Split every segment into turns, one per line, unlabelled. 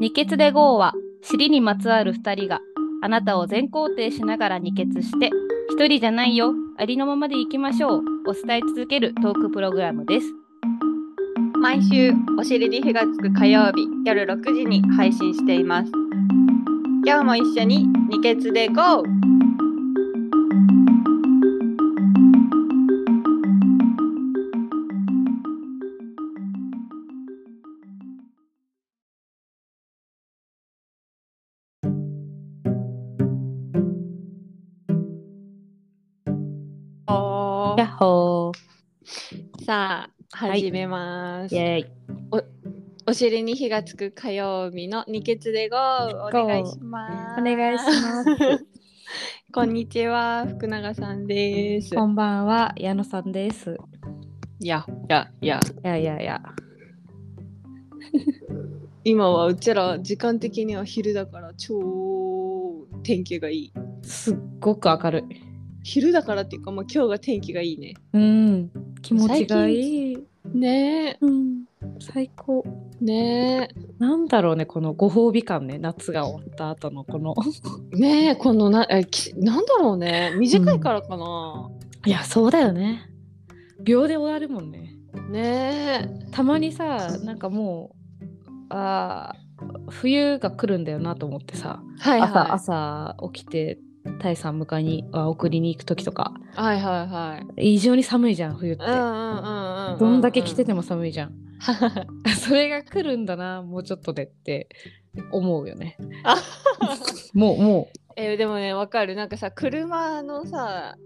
二血で GO は尻にまつわる2人があなたを全肯定しながら二血して一人じゃないよありのままでいきましょうを伝え続けるトークプログラムです
毎週お尻に火がつく火曜日夜6時に配信しています今日も一緒に二血で GO!
やっほー
さあ
い
始めます、
イエーイ
お尻に火がつく火曜日の二血で GO! お願いします
お願いします。
こんにちは福永さんです
こんばんは矢野さんです
いやいやいや
いやいやいや
今はうちら時間的には昼だから超天気がいい
すっごく明るい
昼だからっていうかもう今日が天気がいいね
うん気持ちがいい
ね
うん最高
えね
なんだろうねこのご褒美感ね夏が終わった後のこの
えねえこのなえきなんだろうね短いからかな、
いやそうだよね秒で終わるもんね
ね
たまにさなんかもうあー冬が来るんだよなと思ってさ、
えはいはい
朝朝起きてタイさん迎えにあ送りに行く時とか
はいはいはい
異常に寒いじゃん冬って、
うんうんうんうんう
どんだけ着て
て
ても寒いじゃん それが来るんだなもうちょっとでって思うよ ねもうも
えでもねわかるなんかさ車のさ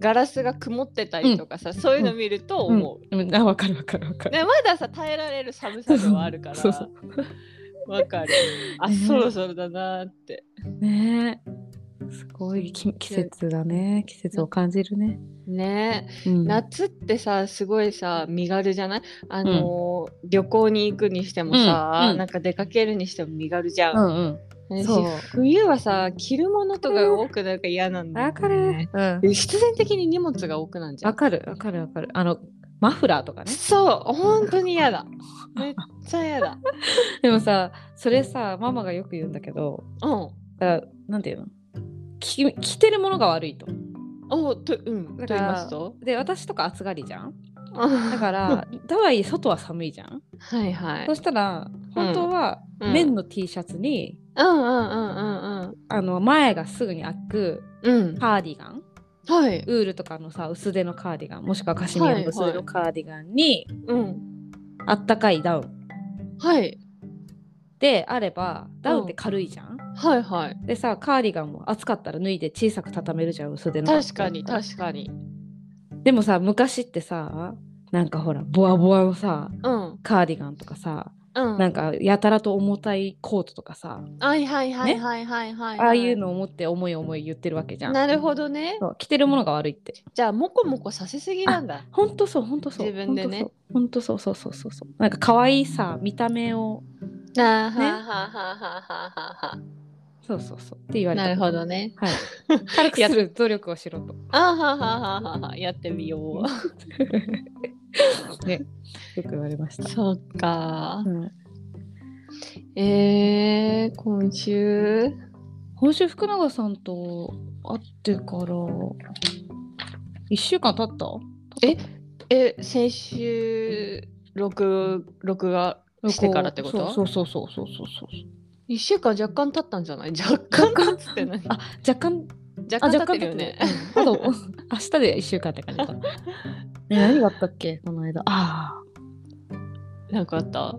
ガラスが曇ってたりとかさ、そういうの見ると
う
思う、
うんうんあ分かる分かる分かる、
ね、まださ耐えられる寒さではあるから
そうそう
わか るあ
ね
そろそろだなーって
ねえすごいき季節だね季節を感じるね、
ねえ
うん、
夏ってさすごいさ身軽じゃないあのー旅行に行くにしてもさ、
うんうん
なんか出かけるにしても身軽じゃ、
うんんうん
ね
そう
冬はさ着るものとかが多くなるから嫌なんだよ
わ
ね
かるうん
で必然的に荷物が多くなんじゃ
わ
ん
かるわかるわかるあのマフラーとかね
そう本当に嫌だめっちゃ嫌だ
でもさそれさママがよく言うんだけど
うん
だなんていうのき着てるものが悪いと
おとうん
だ
と言
か
い
ら
ますと
で私とか暑がりじゃんだ
だ
か らとはいえ外は寒いじゃん
はいはい
そしたら本当は
うん
綿の T シャツに、
うんうんうんうん
あの前がすぐに開く
うんうん
カーディガン
はい
ウールとかのさ薄手のカーディガンもしくはカシミヤの薄手のカーディガンに、
うん
あったかいダウン
はい
であればダウンって軽いじゃん、
はいはい
でさカーディガンも暑かったら脱いで小さく畳めるじゃん薄手の
確かに確かに
でもさ昔ってさなんかほらボワボワのさ
うん
カーディガンとかさ、
うん
なんかやたらと重たいコートとかさ、
はいはいはい
ね
はいはいはい
ああいうのを持って思い思い言ってるわけじゃん
なるほどね
そう着てるものが悪いって
じゃあモコモコさせすぎなんだ
ほんとそうほんとそう
自分でね
ほんとそうほんとそうそうそうそうなんか可愛いさ見た目を
あはあ
ね
はあはあはあはあは
そうそうそうって言わ
あ
れた
なるほどね
はい軽くする努力をしろと
あはあはあはあはあやってみよう
ねよく言われました、
そっか
うん、
えー、今週
今週福永さんと会ってから1週間経った
え先週録録画してからってこと
そうそうそうそうそうそうそう
一週間若干経ったんじゃない若干経つって何
あ若干あ
若干
若
経っ
干
てるよね
経ってるうんあと 明日で1週間って感じかなえ何があったっけこの間ああ
なんかあった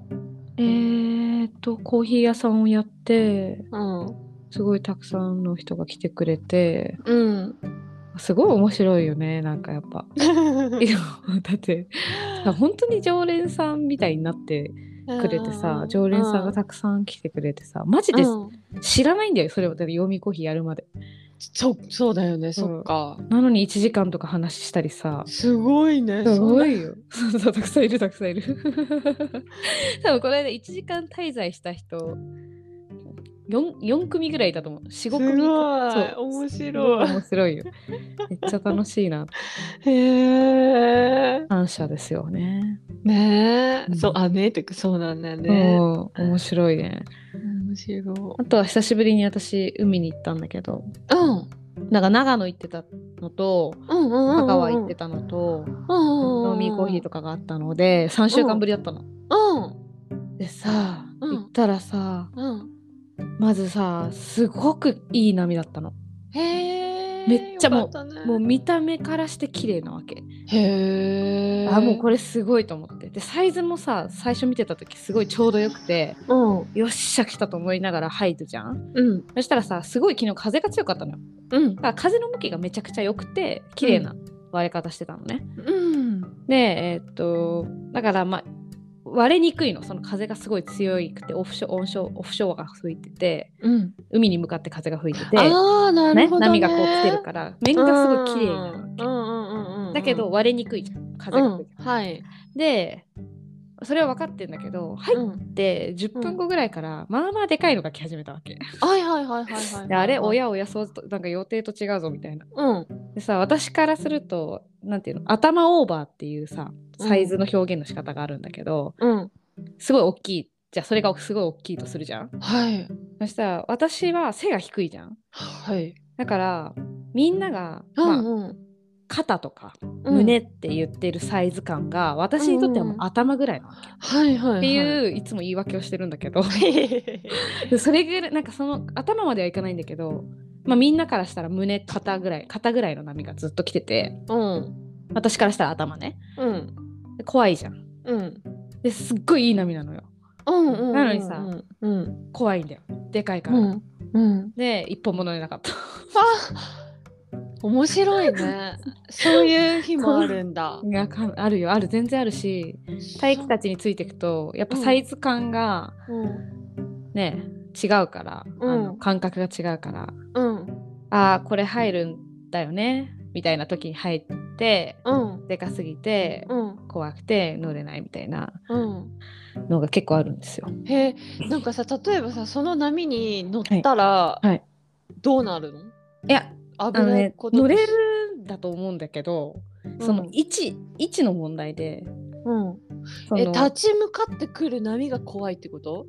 えー、っとコーヒー屋さんをやって
うん
すごいたくさんの人が来てくれて
うん
すごい面白いよねなんかやっぱいやだってさ本当に常連さんみたいになってくれてさ常連さんがたくさん来てくれてさマジで
うん
知らないんだよそれをだって読みコーヒーやるまで
そそうだよね、そっか
なのに1時間とか話したりさ
すごいね
すご
い
いよ。 そうそう、たくさんいる、 たくさんいる。多分この間1時間滞在した人 4, 4組ぐらいだと思う45
すごい
組かそう
面白い
面白いよめっちゃ楽しいな
へえ
感謝ですよね
ね
う
え
ん
そうあねえってかそうなんだよね
そう面白いね
面白い
あとは久しぶりに私海に行ったんだけど
うん
なんか長野行ってたのと
うんうんうん
香川行ってたのと飲
飲
みコーヒーとかがあったので3週間ぶりだったの。
うん
でさ
うん
行ったらさ
うん
まずさすごくいい波だったの。
へえ
めっちゃもう
よかたね
もう見た目からして綺麗なわけ。
へえ
あもうこ
れ
れすごいと思って。でサイズもさ最初見てた時すごいちょうどよくて
うん
よっしゃ来たと思いながら入るじゃん。
うん
そしたらさすごい昨日風が強かったのよ。
うん
だから風の向きがめちゃくちゃ良くて綺麗な割れ方してたのね。
うん
でえーっとだからまあ割れにくいのその風がすごい強くてオフショオンショオフショアが吹いてて
うん
海に向かって風が吹いてて、
ああなる
ね、
ほどね
波がこう来てるから面がすごい綺麗になるわけ、
うんうんうんうん
だけど割れにくいじゃん風が吹いて、
うん、はい、
でそれは分かってんだけど入
うん
って10分後ぐらいから、まあまあでかいのが来始めたわけ、
はいはいはいはいはい
であれおやおやそうとなんか予定と違うぞみたいな
うん
でさ私からするとなんていうの頭オーバーっていうさサイズの表現の仕方があるんだけど、
うん
すごい大きいじゃあそれがすごい大きいとするじゃん
はい
そしたら私は背が低いじゃん
はい
だからみんなが、まあ肩とか
うん
胸って言ってるサイズ感が、私にとってはもう頭ぐらいの、っ
はいはいはい
ていういつも言い訳をしてるんだけど でそれぐらいなんかその頭まではいかないんだけど、まあ、みんなからしたら胸肩ぐらい肩ぐらいの波がずっと来てて
うん
私からしたら頭ね
うん
で怖いじゃん
うん
ですっごいいい波なのよ
うんうん
なのにさ
うん
怖いんだよでかいから、
うんうん
で一本も乗れなかった
面白いねそういう日もあるんだ
いやかあるよある全然あるし体育たちについていくとやっぱサイズ感が
うん
ね、違うから、あ
う
の
ん
感覚が違うから
うん
あーこれ入るんだよねみたいな時に入って
うん
でかすぎて
うん
怖くて乗れないみたいな
うん
のが結構あるんですよ。
へえなんかさ例えばさその波に乗ったら、
いはい
どうなるの
いや
危
あの
ない
ね
こと
乗れるんだと思うんだけど、その位置位置の問題で
うんうん
そ
え
の
立
立
ち向かってくる波が怖いってこと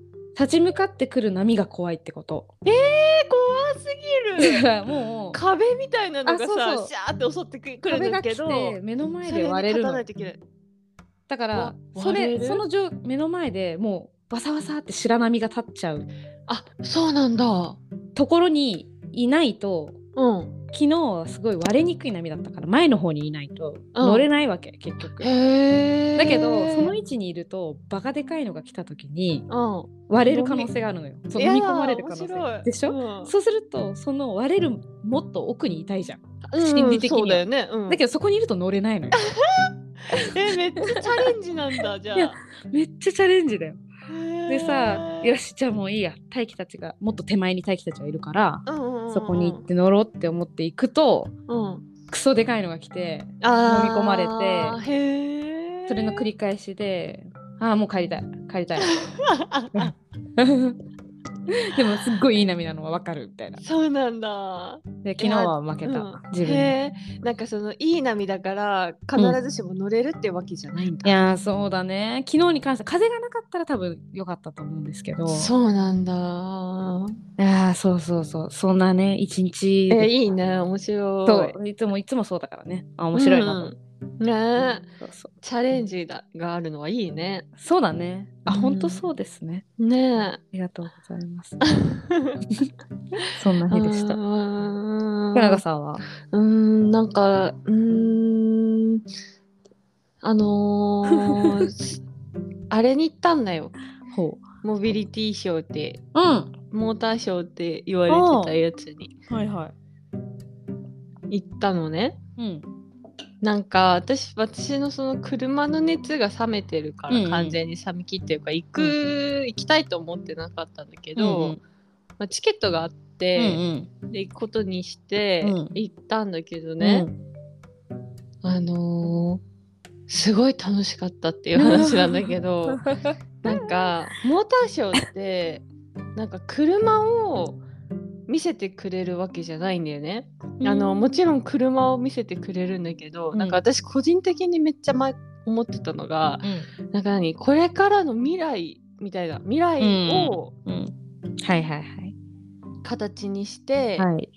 ち向かってくる波が怖いってこと。
え怖すぎ
だ
る
からもう
壁みたいなのがさ
あそうそう
シャーって襲ってくくる
壁
んだ
が
け
来
ど
て目の前
それ
で
に
割れ
勝
る
た
の
ないといけない
だか
わ
らそ
割れ
れ
る
その状目の前でもうわさわさって白波が立っちゃう
あそうなんだ
ところにいないと
うん
昨日はすごい割れにくい波だったから前の方にいないと
うん
乗れないわけ、結局。
へえ
だけどその位置にいるとバカでかいのが来た時に
うん
割れる可能性があるのよ。そう
いや
飲
ー
み込まれる可能
面白
性
い
でしょ、
うん
そうするとその割れるもっと奥にいたいじゃん。
うん
心理的には
そうだよね、うん、
だけどそこにいると乗れないの よ。
えめっちゃチャレンジな んだじゃあ
いやめっちゃチャレンジだよ。でさ
へー
よしじゃあもういいや大輝たちがもっと手前に大輝たちがいるから
うんうんうんうん
そこに行って乗ろうって思って行くと
うん
クソでかいのが来て
あー
飲み込まれて
へー
それの繰り返しでああもう帰りたい帰りたい でもすっごいいい波なのはわかるみたいな
そうなんだ
で昨日は負けた、
うん
自分に
へーなんかそのいい波だから必ずしも乗れるってわけじゃないん
い
だ、
やーそうだね昨日に関して風がなかったら多分良かったと思うんですけど
そうなんだ
ああそうそうそうそんなね一日
えー、
で
いいね面白い
そういつもいつもそうだからねあ面白いなと思って、
うんねえ
そうそう
チャレンジだがあるのはいいね
そうだね。あ、
うん
本当そうですね。
ね
ありがとうござい ます。そんな
え
日でした。
な
福永さんは。
うーん、なんか、うーん、あのー すあれに行ったんだよ。
ほう。
モビリティショーって、
うん。
モーターショーって言われてたやつに
はいはい。
行ったのね。
うん。
なんか私私のその車の熱が冷めてるから、
うんうん
完全に冷めきってるから行く、行きたいと思ってなかったんだけど、
うんうん
まあ、チケットがあっ
う
て、
ん
で行くことにして
うん
行ったんだけ
う
ど
ん。
ね、
うん。
あのーすごい楽 しかったっていう話なんだけどなんかモーターショーってなんか車を見せてくれるわけじゃないんだよね。あのもちろん車を見せてくれるんだけど、
うん
なんか私個人的にめっちゃ前思ってたのが、なんか何これからの未来みたいな未来を
うん、うん、はいはいはい
形にして、
はい、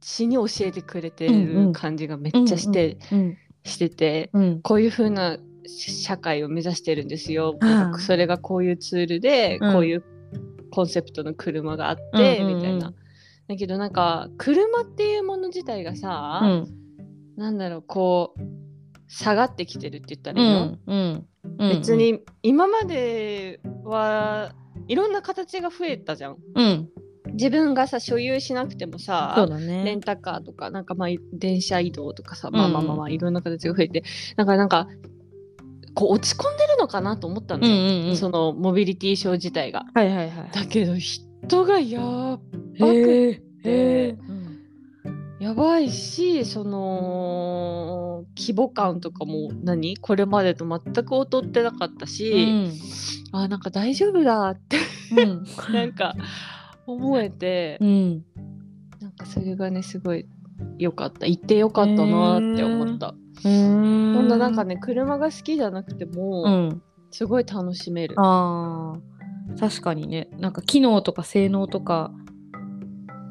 私に教えてくれてる感じがめっちゃして、
うん
してて
うん、
こういう風な社会を目指してるんですよ。
ああ
それがこういうツールで、
うん
こういうコンセプトの車があって、
うんうんうん
みたいな。だけどなんか車っていうもの自体がさ、
うん
なんだろうこう下がってきてるって言ったら
う
いいの、
んうんうん、
別に今まではいろんな形が増えたじゃん
うん
自分がさ所有しなくても
そう
さ
だ
レ
ね
ンタカーとかなんかまあ電車移動とかさ、
ん
まあまあまあまあいろんな形が増えてなんかなんかこう落ち込んでるのかなと思った
うんう
のよ、
んうん
そのモビリティショー自体が
はいはいはい
だけど人がやーバク
へえ
て
へえうん
やばいしその規模感とかも何これまでと全く劣ってなかったし、あなんか大丈夫だって
うん
なんか思えて
う、ん
なんかそれがねすごい良かった行って良かったなって思った、
うん
そんななんかね車が好きじゃなくても、
うん
すごい楽しめる
あー確かにねなんか機能とか性能とか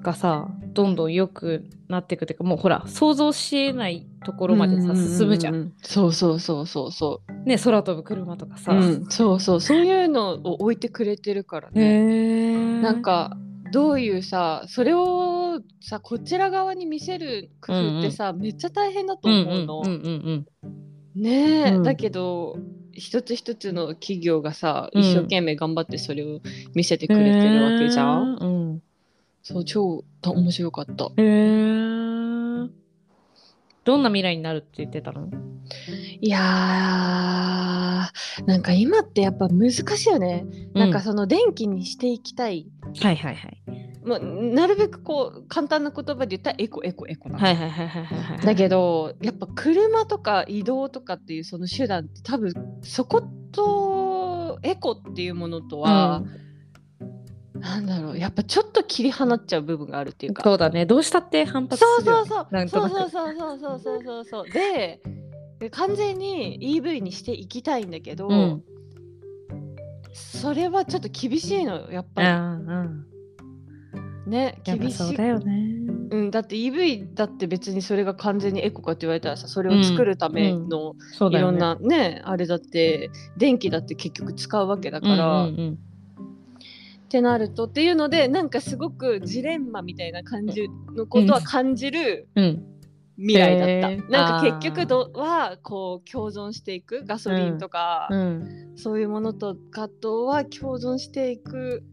がさどんどん良くなっていくっていうかもうほら想像しえないところまでさ
うんうんうんうん
進むじゃん,、
そうそうそうそうそ
ね空飛ぶ車とか
う、
さ、
うん、そうそうそういうのを置いてくれてるから
へ
ね、
え
なんかどういうさそれをさこちら側に見せる工夫ってさ、めっちゃ大変だと
うん
思うの。
うんうん
ねえ、
うん
だけど一つ一つの企業がさ
うん
一生懸命頑張ってそれを見せて
う
く
ん
れてるわけじゃん。
うん
そう超た面白かった。
へえどんな未来になるって言ってたの
いやーなんか今ってやっぱ難しいよね。なんか
う
その電気にしていきたい。
はいはいはい
もうなるべくこう簡単な言葉で言ったらエコエコエコなの。
はいはいはいはいはいはい
だけどやっぱ車とか移動とかっていうその手段って多分そことエコっていうものとは、なんだろうやっぱちょっと切り離っちゃう部分があるっていうか
そうだねどうしたって反発
そう
する
そ
よ
う
ね
そう
なんと
そう
なく
そうそうそうそうそうそうそうでで完全に EV にしていきたいんだけど、
うん
それはちょっと厳しいのよやっ
あ
ぱ
ーうん
りね
やっぱ
厳
そ
し
う
い
だよね
うん、だって EV だって別にそれが完全にエコかって言われたらさそれを作るため
うん
の
そうだ
い
よ
ろ
ね
んなねあれだって電気だって結局使うわけだから、
うんうんうん
ってなるとっていうのでなんかすごくジレンマみたいな感じのことは感じる
うん、
未来だった、
へー
なんか結局どはこう共存していくガソリンとか、
うん、
そういうものとかとは共存していく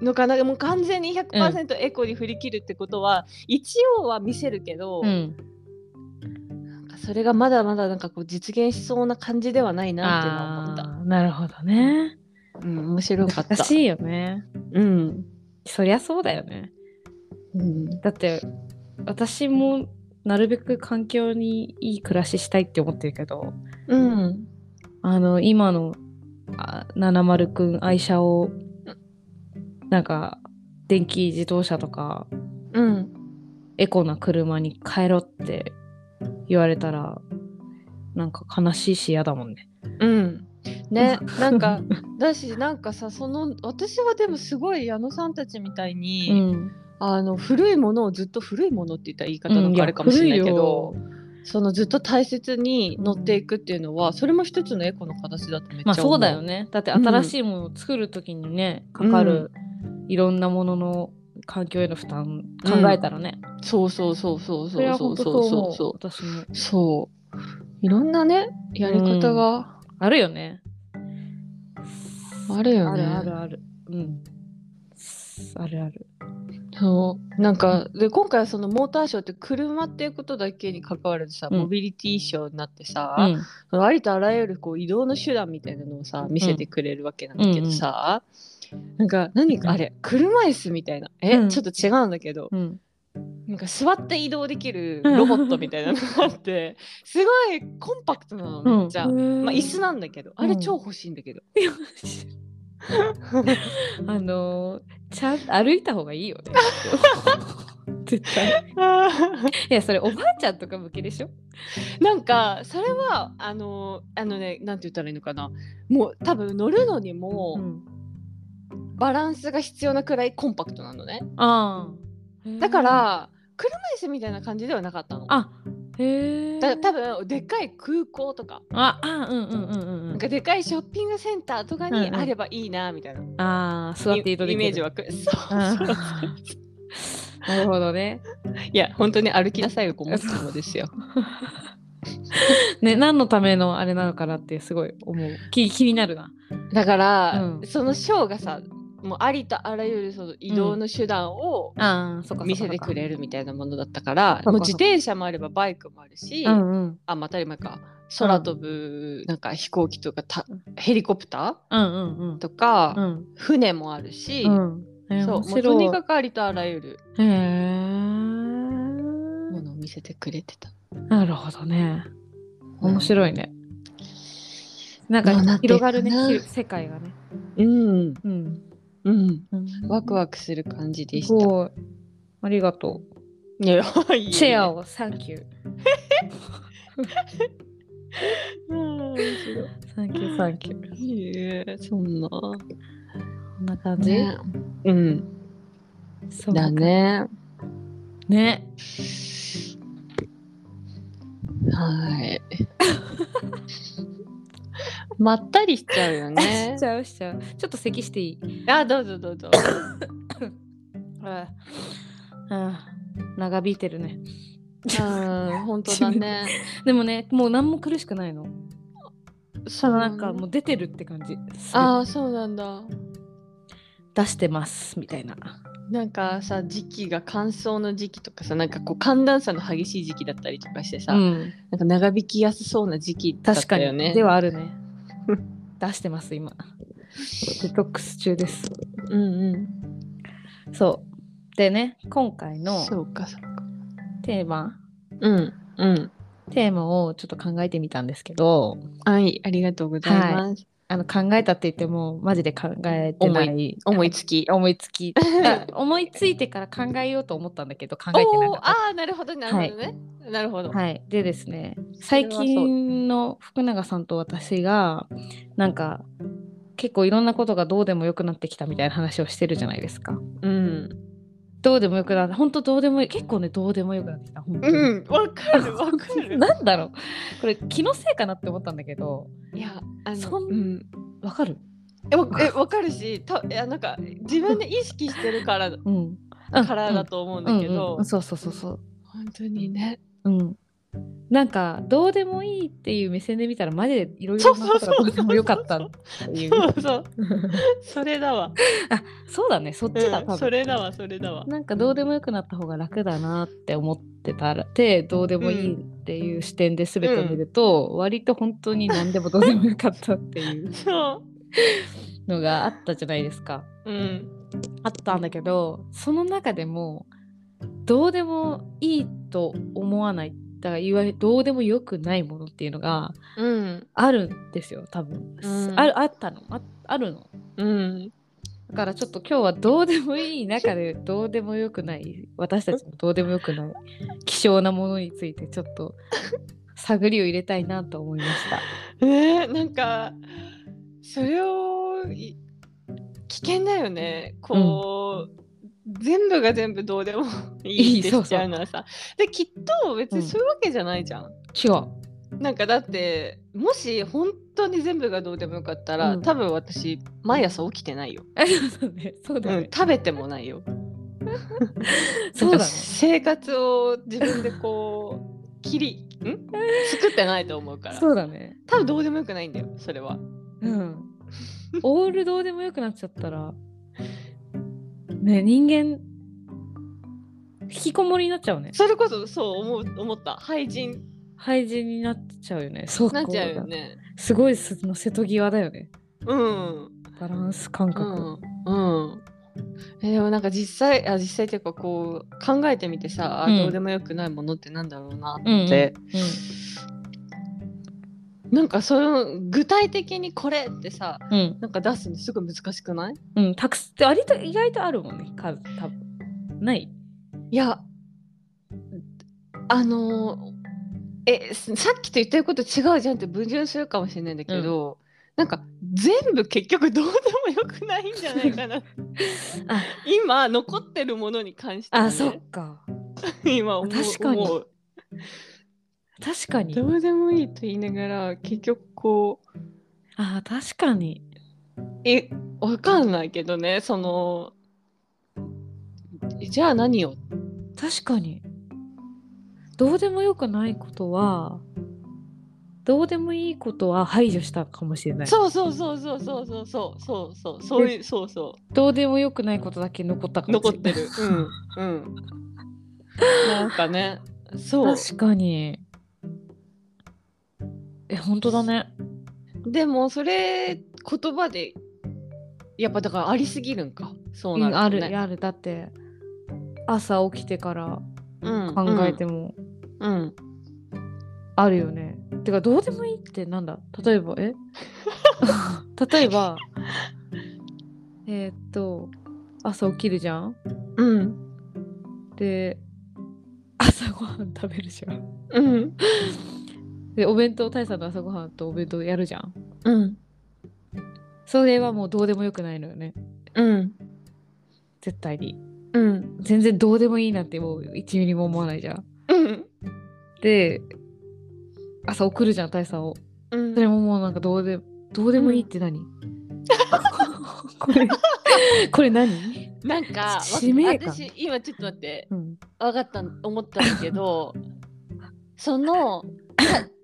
のかなもう完全に100%エコに振り切るってことは、一応は見せるけど、
うん、
なんかそれがまだまだなんかこう実現しそうな感じではないなっていうのは思った。
あーなるほどね。
うん、面白かった
難。しいよね。
うん。
そりゃそうだよね。
うん。
だって私もなるべく環境にいい暮らししたいって思ってるけど、
うん。
あの今のあ七丸くん愛車をなんか電気自動車とか
うん。
エコな車に変えろって言われたらなんか悲しいし嫌だもんね。
うん。 ね、なんか、だし、なんかさ、その、私はでもすごい矢野さんたちみたいに、
うん、
あの、古いものをずっと古いものって言ったら言い方なんかあれかもしれないけど、そのずっと大切に乗っていくっていうのは、それも一つのエコの形だとめっちゃ思う。
まあそうだよ。ね。だって新しいものを作る時にね、かかるいろんなものの環境への負担考えたらね。
そうそうそうそう
それ
そう
は本
そう
当そ
そううそ
思
う
う。
そう。
私も。
そう。いろんなね、やり方が
あるよね。
あるよ
あ
ね。
るあるある。うん。あるある。
そうなんかで今回はそのモーターショーって車っていうことだけに関わらずさ、
うん
モビリティショーになってさ、
うん。
そのありとあらゆるこう移動の手段みたいなのをさ見せてくれるわけなんだけどさ、なんか何かあれ車椅子みたいなえ、
うん
ちょっと違うんだけど
うん。
なんか座って移動できるロボットみたいなのがあって すごいコンパクトなのめっちゃ、
うん
まあ、椅子なんだけどあ れ
うん
超欲しいんだけど、
あのーちゃん歩いた方がいいよ ね絶対いやそれおばあちゃんとか向けでしょ
なんかそれはあのあのねなんて言ったらいいのかなもう多分乗るのにも、
ん、
バランスが必要なくらいコンパクトなのね
ああ
だから、車椅子みたいな感じではなかったの
あへえ
だ多分でっかい空港とか
ああうんうんうんうんう
なん
ん
かでっかいショッピングセンターとか
うん
に
うん
あればいいなみたいな、
ああ座って移動できる
イメージはくそうそう
あー なるほどね
いや本当に歩きなさいよこもっともですよ
ね何のためのあれなのかなってすごい思う気気になるな
だから、
うん
そのショーがさもうありとあらゆるその移動の手段を
ああそっか
見せてくれ
る
るみたいなものだったから、
そうか
もう自転車もあればバイクもあるし、
うんうん
あまた今か空飛ぶなんか飛行機とかた
うん
ヘリコプタ
うんうんうん
ーとか、
うん
船もあるし、
うんえー
そ
面
うもうと
白い
にかくありとあらゆる
へ
も
え
のを見せてくれてた。
なるほどね面白いね、なん
どうな
か
っていく
広
か
が
な
るねひ世界がね
うん、
うん、
うん、
うん、
ワクワクする感じでし
す
た。
ごいありがと
いやいいね
うチェアをサンキュー
うん面白い
サンキューサンキュー
いいねそんな。
こんな感じ、
ね。うん。
そう
だね。
ね
はい。 まったりしちゃうよね
しち。ゃうしちゃうちょっと咳していい
あ、どうぞどうぞ。
ああああ長引いてるね
うん、本当だね。
でもねもう何も苦しくないの
そ
ただなんかもう出てるって感じす
ああ、そうなんだ。
出してますみたいな
なんかさ、時期が乾燥の時期とかさ、なんかこう寒暖差の激しい時期だったりとかしてさ、
うん
なんか長引きやすそうな時期だっ
確か
たよ
に、
ね。
ではある ね出してます今デトックス中です
うんうん。
そうでね今回の
そうかそうか。
テーマ
うんうん。
テーマをちょっと考えてみたんですけど
はい、ありがとうございます。
あの考えたって言ってもマジで考えてない
思いつき。
思いつき あ思いついてから考えようと思ったんだけど考えてな
お
かっ
おー、
た
ああ、なるほど、なるほどね。なるほど。
はい、でですね
そ
最
れはそう
近の福永さんと私がなんか結構いろんなことがどうでもよくなってきたみたいな話をしてるじゃないですか。
うん。
どうでもよくなって本当どうでもいい結構ねどうでもよくなってきた本当に、
うん、わか る、わか る。
なんだろうこれ気のせいかなって思ったんだけど
いや、あ
そ
の、
ん
うん。
わかる
え、わえわかるし、た、いや、なんか、自分で意識してるから、
うん。
からだと思うんだけ
うんうん
ど
うん、。そうそうそうそう。
本当にね。
うん。なんかどうでもいいっていう目線で見たらマジでいろいろなことがどうでもよかったっていう
そうそう、それだわ。
そうだねそっ
う
ちだ、
ん、
多
そ
分
れだわ、それだわ。
なんかどうでもよくなった方が楽だなって思ってたらでどうでもいいっていう視点で全てを見ると、割と本当に何でもどうでもよかったっていう
そ
のがあったじゃないですか。
う。うん。
あったんだけどその中でもどうでもいいと思わないだからいわゆるどうでもよくないものっていうのが
うん。
あるんですよ多分、
うん
あるあったのああるの
うん。
だからちょっと今日はどうでもいい中 でどうでもよくない私たちのどうでもよくない希少なものについてちょっと探りを入れたいなと思いました
ねえなんかそれをい危険だよねこう、全部が全部どうでもい
い
い
い
って
そう
し
そ
ち
う
ゃうのはさできっと別にそういうわけじゃないじゃん。
違う
なんかだってもし本当に全部がどうでもよかったら、
うん
多分私毎朝起きてないよ、
あそうだねそう
う
だ
ん
ね、、
食べてもないよ。
そう
なん
だ
か
ね
生活を自分でこう 切りん作ってないと思うから
そうだね
多分どうでもよくないんだよそれは。
うんオールどうでもよくなっちゃったらね人間引きこもりになっちゃうね
それこそそう思う思った廃人
廃人になっちゃうよねそう
なっちゃうよ
こ
ね。
うだすごいその瀬戸際だよね
うん。
バランス感
う
覚、
ん。うん。えでもなんか実際あ実際っていうかこう考えてみてさ、あ
うん
どうでもよくないものってなんだろうなっ
うんうん
て、なんかその具体的にこれってさ
うん、
なんか出すのすごい難しくない
うん、たくす割と意外とあるもんね数多分ない
いやあのえさっきと言ってること違うじゃんって矛盾するかもしれないんだけど、なんか全部結局どうでもよくないんじゃないか な
あ
今残ってるものに関してはね、
あそっか
今思う
確かに
思う
確かに
どうでもいいと言いながら結局こう
あ確かに
えわかんないけどねそのじゃあ何を
確かにどうでもよくないことはどうでもいいことは排除したかもしれない
そうそうそうそうそうそうそうそうそうそういうそうそう
どうでもよくないことだけ残ったかもし
残
れ
っ
ない
てる。うん。うん。なんかね、そう。
確かにえ本当だね
でもそれ言葉でやっぱだからありすぎるんか。そう
うん
な
あ
る
る
とね。
あるだって朝起きてから
うん
考えても
うん。うん
あるよね、てかどうでもいいってなんだ例えば え例えばえーっと朝起きるじゃん
うん。
で朝ごはん食べるじゃん
うん。
でお弁当大佐の朝ごはんとお弁当やるじゃん
うん。
それはもうどうでもよくないのよね
うん。
絶対に
うん。
全然どうでもいいなんてもう1ミリも思わないじゃん
うん。
で朝送るじゃん大佐を
うん
それももうなんかどうでどうでもいいって何、 これこれ何、
なんかわ
使命感
私今ちょっと待って
うん、
分かった思ったんだ けどその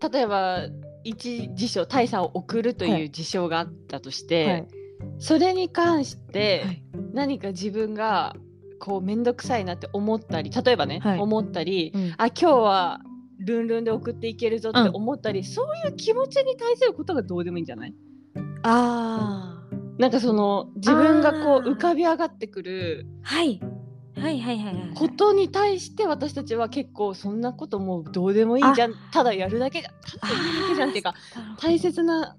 た例えば一事象大差を送ると
はいいう
事象があったとし
は
て、
い、
それに関して、
はい
何か自分がこう面倒くさいなって思ったり例えばね、
はい
思ったり
うん
あ今日はルンルンで送っていけるぞって
うん
思ったり、そういう気持ちに対することがどうでもいいんじゃない
あー
なんかその自分がこ
あ
う
ー
浮かび上がってくる
はいはいはいはいはい
ことに対して私たちは結構そんなこともうどうでもいいじゃんただやるだけじゃんただやるだけじゃんっていうか大切な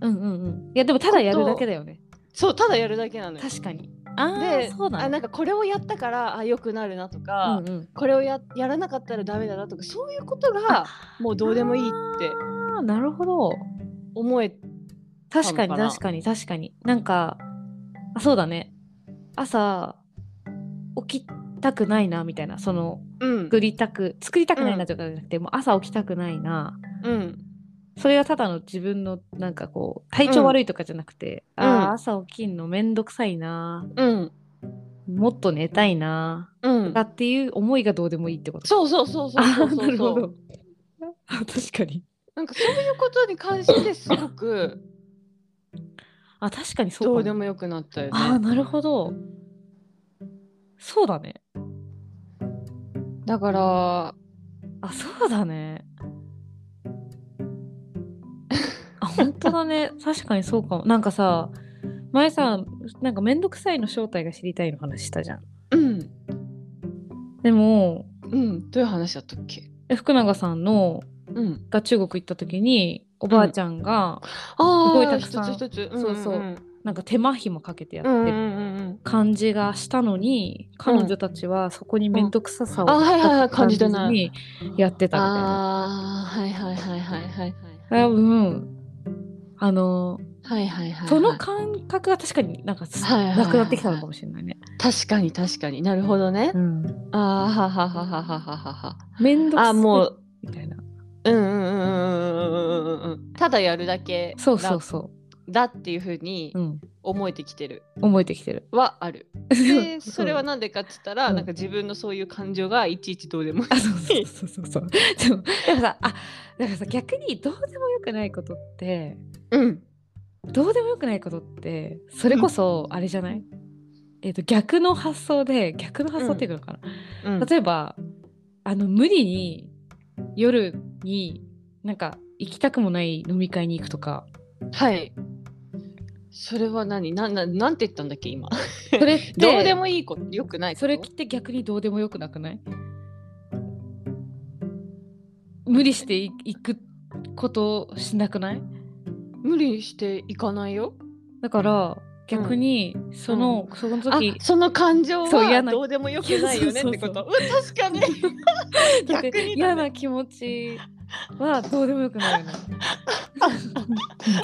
うんうんうんいやでもただやるだけだよね
そうただやるだけなのよ。
確かにあ
で
ーそうだ
あ
ね
なんかこれをやったからあ良くなるなとか、
うんうん
これをややらなかったらダメだなとかそういうことがもうどうでもいいって
あーなるほど
思え
確かに
たのかな
確かに確かになんかあそうだね朝起きたくないなみたいなその
うん
作りたく作りたくないなとかじゃなくて、もう朝起きたくないな
うん
それがただの自分のなんかこう体調悪いとかじゃなくて、
うん
あ
うん
あ朝起きんのめんどくさいな
うん
もっと寝たいな
うん
だっていう思いがどうでもいいってこと
そうそうそうそうそ
あ
う
ーな
そう
るほ
そう
どあ確かに
なんかそういうことに関してすごく
あ確かに そうか
ど
も
うでもよくなったよ
ああ
ね
なるほどそうだね
だから
あそうだね。あ本当だ ね確かにそうかもなんかさ前さなんかめんどくさいの正体が知りたいの話したじゃん
うん
でも
うんどういう話だったっけ
え福永さんの
うん
が中国行った時におばあちゃんが、
ああ
すごいたくさん
一つ一つ
そうそう
うん
なんか手間暇かけてや
うん
っ
うんう
てる
んうん
感じがしたのに、彼女たちはそこにめんどくささを
あはいはいはい感じてない
にやってたみたいな
ああはいはいはいはいはいはい
多分あの
はいはいはい
その感覚が確かになんかす
はいはいはい
なくなってきたのかもしれないね。
確かに確かになるほどね
うん
ああははははははは
めんどくさい
あもう
みたいな
うんうんうんうんうんうんうんうんただやるだけだ
そうそうそ
だっていうふうに
う、うん、
思えてきてる
覚えてきてる
はある。 でそれは
うん
なんでかっつったら、
うん
なんか自分のそういう感情がいちいちどうでもいい。
あそうそうそうそうそうでもでもさあだからさ逆にどうでもよくないことって
うん、
どうでもよくないことってそれこそあれじゃない、えっと逆の発想で逆の発想っていうのかな、
うん、
例えばあの無理に夜になんか行きたくもない飲み会に行くとか
はい。それは何なんなんなんて言ったんだっけ今。
それって
どうでもいいことよくないこと
それって逆にどうでもよくなくない無理してい行くことしなくない
無理していかないよ。
だから逆にその、その
あ
時
その感情
そう嫌
は
な
どうでもよくないよねってこと。うん確 かに。
だって
逆に
嫌な気持ちはどうでもよくなるの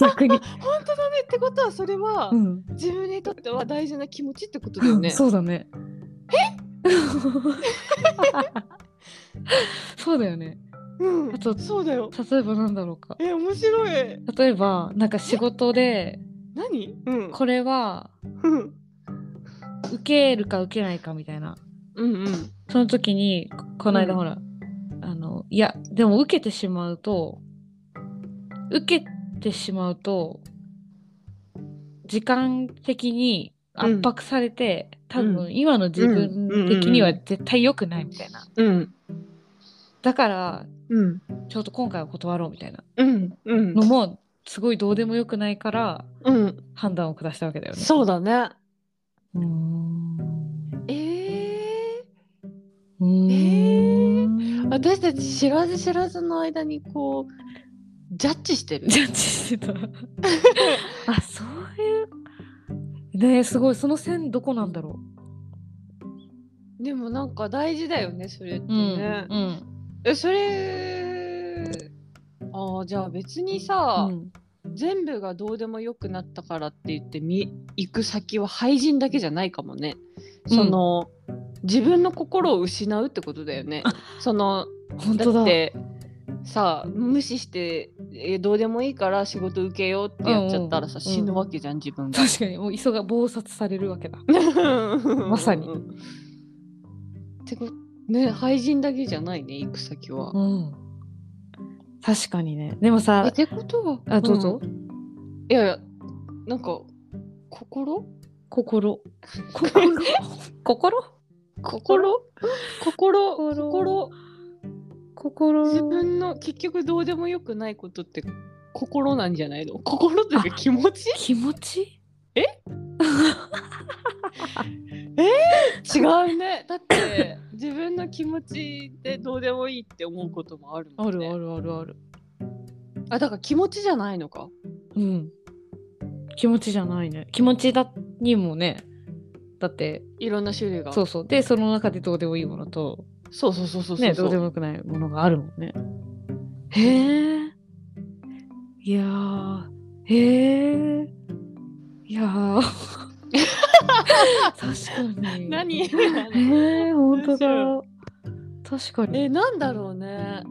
逆に、
本当だねってことはそれは
うん
自分にとっては大事な気持ちってことだよね。
そうだねえ そうだよね
うん
あと
そうだよ。
例えばなんだろうか
え面白い。
例えばなんか仕事で
何？うん。
これは
うん
受けるか受けないかみたいな
うんうん。
その時にここの間
うん
ほら、あのいやでも受けてしまうと受けてしまうと時間的に圧迫されて、多
う
分今の自分的には絶対良くないみたいな、
うん
だから
うん
ちょっと今回は断ろうみたいな
うんうん
のもすごいどうでもよくないから
うん
判断を下したわけだよね。
そうだね。
うーん
ええ
うーん
私たち知らず知らずの間にこうジャッジしてる。
ジャッジしてた。あそういう。ねえすごいその線どこなんだろ
でもなんか大事だよねそれって
う。
ね。
うん。
えそれあーじゃあ別にさ、
うん
全部がどうでもよくなったからって言ってみ行く先は廃人だけじゃないかもね。
うん
その、自分の心を失うってことだよね
あ。
その
本
だ
当だ。
ってさ無視してえどうでもいいから仕事受けようってやっちゃったらさ、
うんうんうん
死ぬわけじゃん自分が。
確かにもう急が暴殺されるわけだ。まさに
ってこね廃人だけじゃないね行く先は。
うん。確かにね。でも
え
さ
っ、てことは
あどうぞ。
んいやいやなんか心
心。 心。 心。
心心
心
心
心。
自分の結局どうでもよくないことって心なんじゃないの心っていうか気持ち
気持ち。
違うねだって自分の気持ちでどうでもいいって思うこともあるも
あ
ん
る
ね
あるあるある。
あだから気持ちじゃないのか
うん。気持ちじゃないね。気持ちだにもね。だって
いろんな種類が
そうそうでその中でどうでもいいものと
そうそうそうそうそう
ねどうでもよくないものがあるもんね。へえ。いやー、へえ。いや ー。確かに。
何
へえ、本当
面
だ。確かに。
えなんだろうね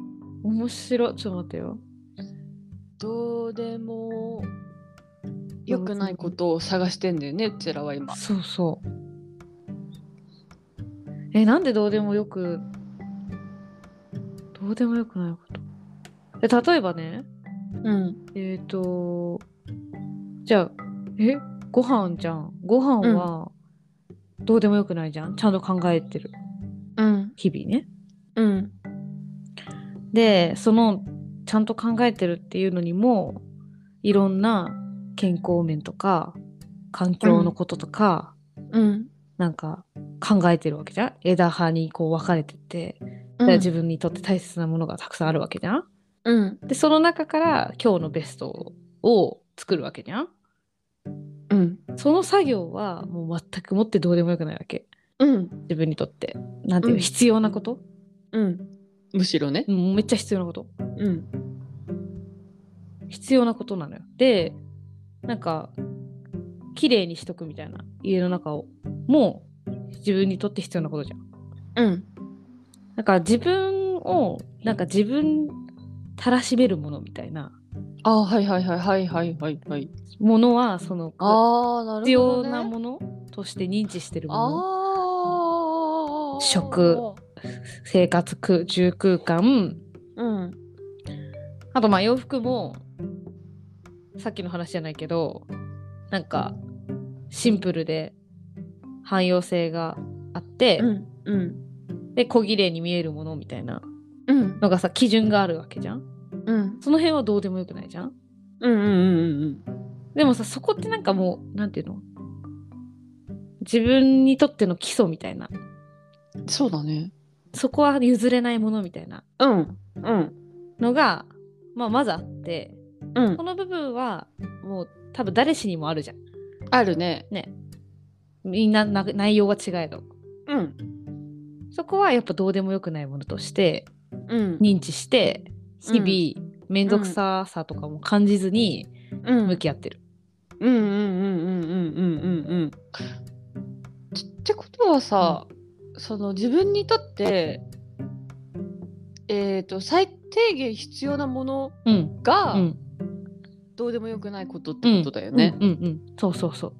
面白い。ちょっと待ってよ。
どうでもよくないことを探してんだよねうちらは今
そうそう。え、なんでどうでもよく、どうでもよくないこと。え、例えばね、
うん
えっ、ー、と、じゃあ、えご飯じゃん。ご飯は、どうでもよくないじゃん。ちゃんと考えてる。
うん
日々ね。
うん
で、その、ちゃんと考えてるっていうのにも、いろんな健康面とか、環境のこととか、
うん
なんか考えてるわけじゃん。枝葉にこう分かれてて、だから自分にとって大切なものがたくさんあるわけじゃん。
うん
で、その中から今日のベストを作るわけじゃん。
うん
その作業はもう全くもってどうでもよくないわけ
うん
自分にとってなんていうの、
うん
必要なこと
うんむしろね
もうめっちゃ必要なこと
うん
必要なことなのよでなんか綺麗にしとくみたいな家の中をもう自分にとって必要なことじゃん
うん
だから自分をなんか自分たらしめるものみたいな
ああはいはいはいはいはいはいはい
ものはその
ああなるほど、ね、
必要なものとして認知してるもの
ああ
食生活空中空間
うん
あとまあ洋服もさっきの話じゃないけどなんかシンプルで汎用性があって、
うんうん
で小綺麗に見えるものみたいな
うん
のがさ基準があるわけじゃん
うん
その辺はどうでもよくないじゃん
うんうんうん
でもさそこってなんかもうなんていうの自分にとっての基礎みたいな
うんそうだね
そこは譲れないものみたいな
うんうん
のがまあ、まずあって
うん
この部分はもう多分誰しにもあるじゃん
あるね
みんなな内容は違えど
うん
そこはやっぱどうでもよくないものとして
うん
認知して日々面倒くささとかも感じずに
うん
向き合ってる、
うんうんうんうんうんうんうんうんちってことはさ、その自分にとってえっ、と最低限必要なもの
うん
が
うん
どうでもよくないことってことだよね。
うんうんうんそうそうそう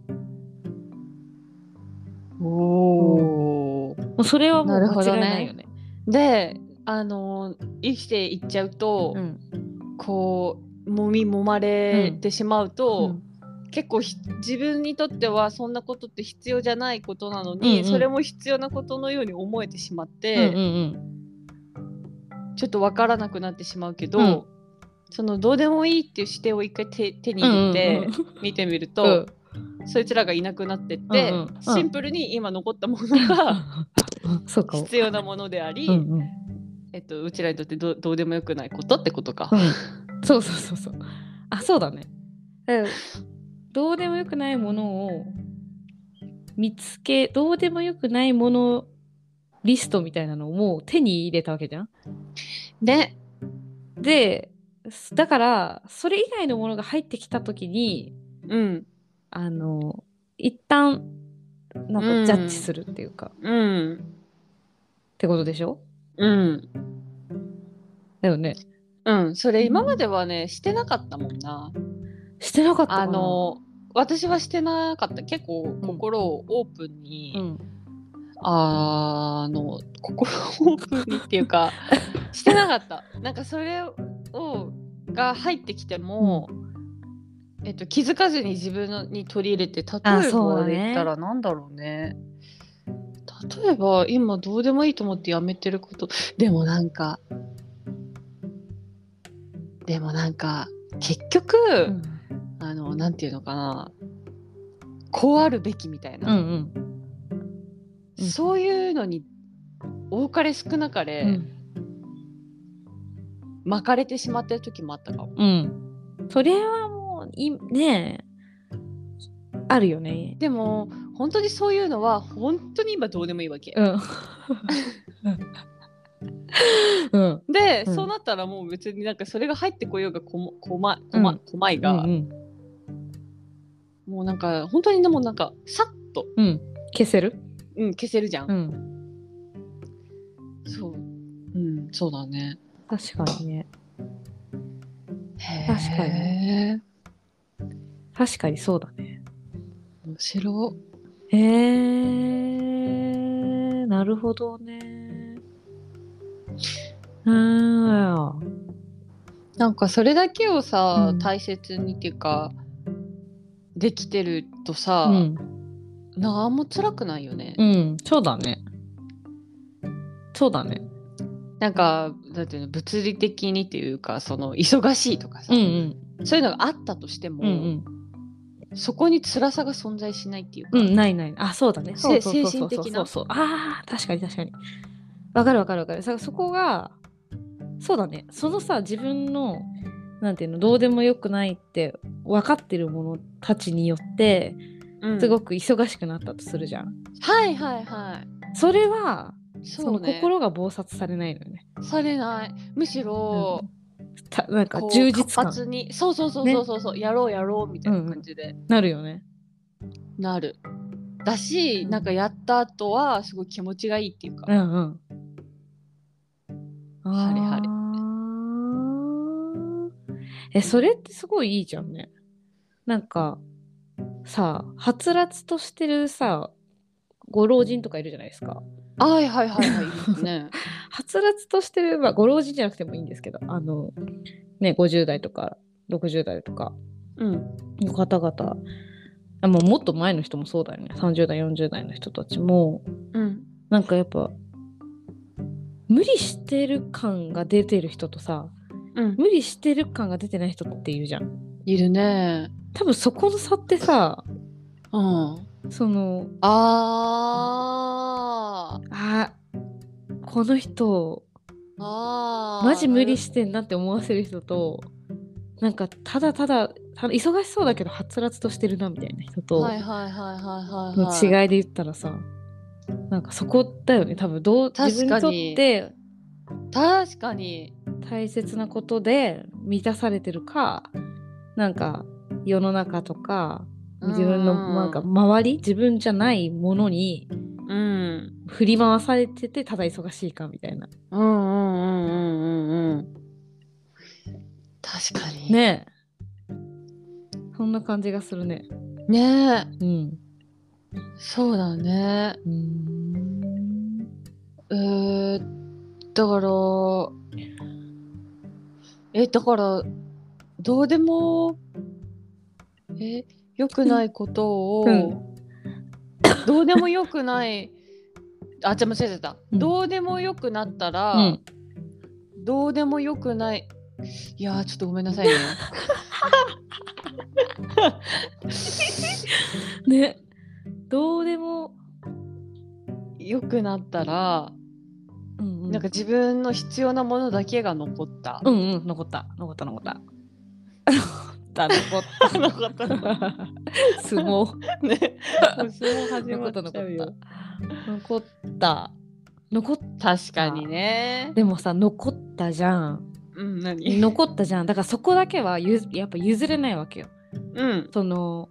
も
お
うそれはもう
なるほ
間
ど
違い
ね
ないよね
であのー生きていっちゃうと、
うん
こう揉み揉まれてしまうと。結構ひ自分にとってはそんなことって必要じゃないことなの
う
に、
んうん
それも必要なことのように思えてしまっ
うん
て、
うんうん
ちょっと分からなくなってしまうけど、
うん
そのどうでもいいっていう視点を一回手手に
うんう
入
ん
れて見てみると、
うん
そいつらがいなくなってって、
うんうん
シンプルに今残ったも のが
そうかも
必要なものであり、
うんうん
えっと、うちらにとってどうどうでもよくないことってことか。
うん、そうそうそうそうあそうだねだからどうでもよくないものを見つけどうでもよくないものリストみたいなのをもう手に入れたわけじゃん
ね。
でだからそれ以外のものが入ってきた時に
うん。
あの一旦なん
う
か
ん
ジャッジするっていうか、っ
うん。
てことでしょ
うん。
だよね
うん。それ今まではね、してなかったもんな。
してなかったかな
あの私はしてなかった結構心をオープンに、
うん
あの心をオープンにってい うかしてなかったなんかそれをが入ってきても、えっと、気づかずに自分のに取り入れて
あ
例え
そう
ば
だね
で言ったらなんだろうね例えば今どうでもいいと思ってやめてることでもなんかでもなんか結局、
うん
あの、なんていうのかな。こうあるべきみた
う
い
んう
な。
んうん
そういうのに、多かれ少なか
う
れ、
ん
巻かれてしまってる時もあったかも。
うん。それはもうい、ねえ、あるよね。
でも、本当にそういうのは、本当に今どうでもいいわけ。
うん。 うん。
で、
うん
そうなったらもう別になんかそれが入ってこようがこも、こま、こ
う
ま
ん、
こまい
うん
が、
うん。
もうなんか、本当にでもなんか、さっと、
うん。消せる
うん、消せるじゃん。
うん。
そう。うん、そうだね。
確かにね。
確
か
に。
確かにそうだね。
面白
へえー、なるほどね。うーん。
なんかそれだけをさ、
うん
大切にっていうかできてるとさ、
うん。
何も辛くないよね、
うん。そうだね。そうだね。
なんかだっていうの物理的にっていうかその忙しいとかさ、
うんうん。
そういうのがあったとしても、
うんうん。
そこに辛さが存在しないっていうか、
うん、ないない。あ、そうだね。
せ
そうそうそう
精神的な
そうそうそうああ、確かに確かに。わかるわかるわかる。さそこが、そうだね。そのさ、自分の、なんていうの、どうでもよくないって分かってる者たちによって、
うん
すごく忙しくなったとするじゃん。
はいはいはい
それは、そ
そう
の
ね
心が忙殺されないのよね。
されないむしろ、
たなんか
こう
充実
活
感
発にそうそうそうそうそうそう、やろうやろうみたいな感じで
なるよね。
なる、だし
うん
なんかやった後はすごい気持ちがいいっていうか、
うんうん。
はれはれ
あーえ、それってすごいいいじゃんね。なんか、さ、はつらつとしてるさ、ご老人とかいるじゃないですか。
はいはいはいはいいいですね
はつらつとしてる、まあ、ご老人じゃなくてもいいんですけど、あの、ね、50代とか60代とか
うん、
の方々、あもうもっと前の人もそうだよね。30代、40代の人たちも、
うん、
なんかやっぱ、無理してる感が出てる人とさ、
うん、
無理してる感が出てない人っているじゃん
いるね。
多分そこの差ってさ
うん。
その
あー
あこの人
あー。
マジ無理
し。
してんなって思わせる人となんかただただただ忙しそうだけどはつらつとしてるなみたいな人と
はいはいはいはいはい、
の
はい。
違いで言ったらさ、なんかそこだよね多分どう
確
自分に
か
とっ
に
て
確かに。
大切なことで満たされてるかなんか世の中とか自分の
うん
なんか周り自分じゃないものに
うん。
振り回されててただ忙しいかみたいな
うんうんうんうんうんうん。確かに。
ねえそんな感じがするね
ねえ
うん
そうだね。
うーん
えー、だから、え、だから、どうでも、え、良くないことを、
うん
どうでも良くない、あ、じゃ間違えちゃった。
うん
どうでも良くなったら、
うん
どうでも良くない、いやー、ちょっとごめんなさい ね。
ねどうでも
良くなったら、
うんうん
なんか自分の必要なものだけが残った。
うんうん残った残った残った残った残っ
残った
た相撲
ね。 もうそれも 始ま
残
っ
った
ち
残
ゃ
っ
うよ。
た残った残っ
確かにね。
でもさ残ったじゃん
うん、何
残ったじゃんだからそこだけはゆずやっぱ譲れないわけよ
うん。
その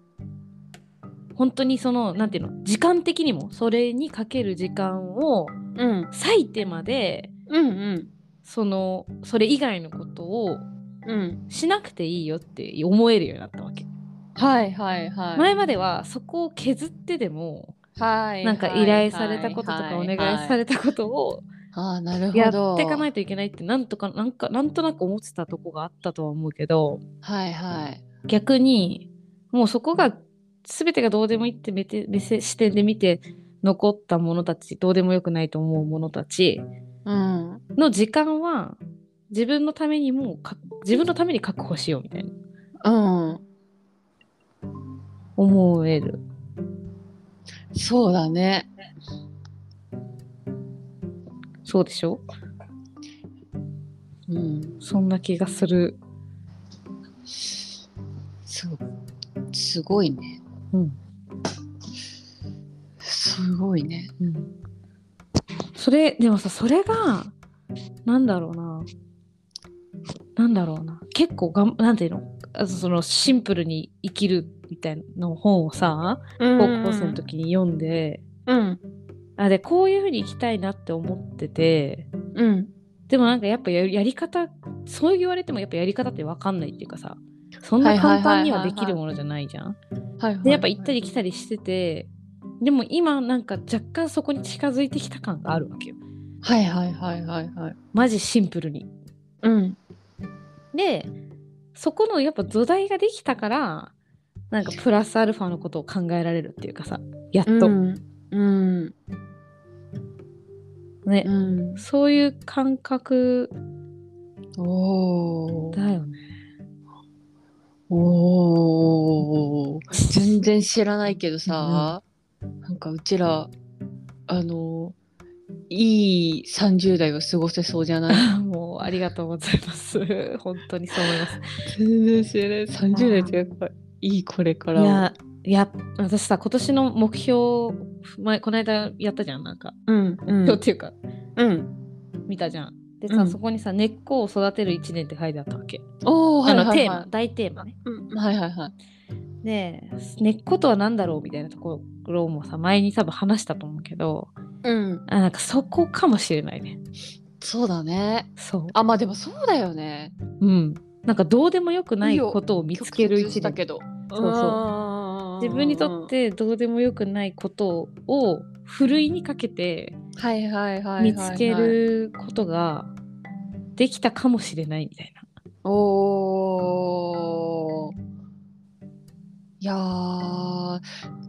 本当にそのなんていうの時間的にもそれにかける時間を
うん。
割いてまで
うんうん。
そのそれ以外のことを
うん。
しなくていいよって思えるようになったわけ、
はいはいはい。
前まではそこを削ってでも、
はい。
なんか依頼されたこととかお願いさ
れ
れたことを
ああ、なる
や
ほど。。
っていかないいといけないってなんとかなんかなんとなく思ってたとこがあったとは思うけど
はいはい。
逆にもうそこが全てがどうでもいいって目て目線視点で見て残ったものたちどうでもよくないと思うものたち
うん。
の時間は自分のためにもか自分のために確保しようみたいな
うん。
思える。
そうだね。
そうでしょ
うん。
そんな気がする。
そう。すごいね。
うん。
すごいね。
うん、それ、でもさ、それが、なんだろうな。なんだろうな。結構がん、なんていうのあそのシンプルに生きるみたいなの本をさ、
高
高校生の。時に読んで、
うん。
あ、で、こういうふうに生きたいなって思ってて、
うん。
でもなんかやっぱややり方、そう言われてもやっぱやり方ってわかんないっていうかさ、そん
は
ない
はいは
簡
い
単に
は
はい
は
で
い
きるものじゃないじゃん。
はいはい。
でやっぱ行ったり来たりしててでも今なんか若干そこに近づいてきた感があるわけよ
はいはいはいはいはい。
マジシンプルに。
うん。
でそこのやっぱ土台ができたからなんかプラスアルファのことを考えられるっていうかさやっと、
うん。うん。
ね、
うん。
そういう感覚
おお。
だよね。
おお全然知らないけどさ、なんかうちらあのいい30代を過ごせそうじゃない
もうありがとうございます。 本当にそう思います。
全然知らない30代ってやっぱいいこれから
い
を
やいや私さ今年の目標前この間やったじゃんなんか、
うんう
今日っ
ん
ていうか
うん
見たじゃん。でさ、
うん
そこにさ根っこを育てる1年って書いてあったわけ。
おおはい
あの
はいはい
テーマ大テーマね。
うんはいはいはい
で根っことは何だろうみたいなところもさ前に多分話したと思うけど
うん
あなんかそこかもしれないね。
そうだね
そう。
あまあでもそうだよね
うん。なんかどうでもよくない
い
い
よ
ことを見つける
曲折し
一
た
年。
けど
そうそうん
んんうん
自分にとってどうでもよくないことをふるいにかけて
はいはいはいはいはい
見つけることができたかもしれないみたいな。
おーいやー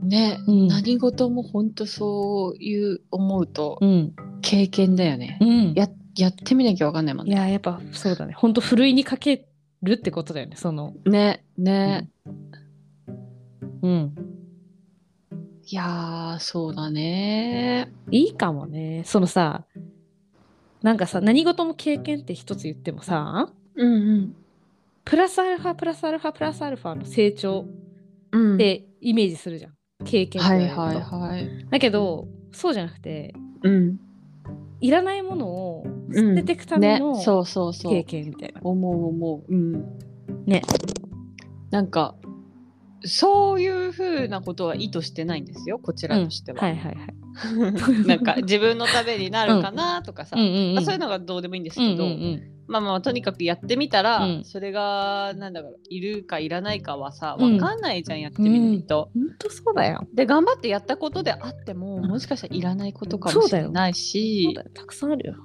ね、
うん
何事も本当そういう思うと
うん。
経験だよね
う、ん。
ややってみなきゃわかんないもん
い
ね
ややっぱそうだねほんとふるいにかけるってことだよねその
ねね、
うん
いやーそうだね
いいかもねそのさなんかさ何事も経験って一つ言ってもさ
うんうん
プラスアルファプラスアルファプラスアルファの成長
うん
ってイメージするじゃん、経験とか
は
や
い
ると
はいはい。
だけどそうじゃなくて
うん。
いらないものを
う
捨
ん
てていくため
ね
の、
そうそうそ
経
う。
験みたいな、
思う思う。うん。
ね。
なんか、そういうふうなことは意図してないんですよ、こちらとしては。
はいはいはい
なんか自分のためになるかなとかさ、
うんうん
ま
う
あ、
ん
そういうのがどうでもいいんです
うんう
けど、
ん
まあまあとにかくやってみたら、
うん
それがなんだろういるかいらないかはさ
うん
分かんないじゃん、やってみないと。
うんほんとそうだよ
で頑張ってやったことであってももしかしたらいらないことかもしれない
そう
し
だよたくさんあるよ、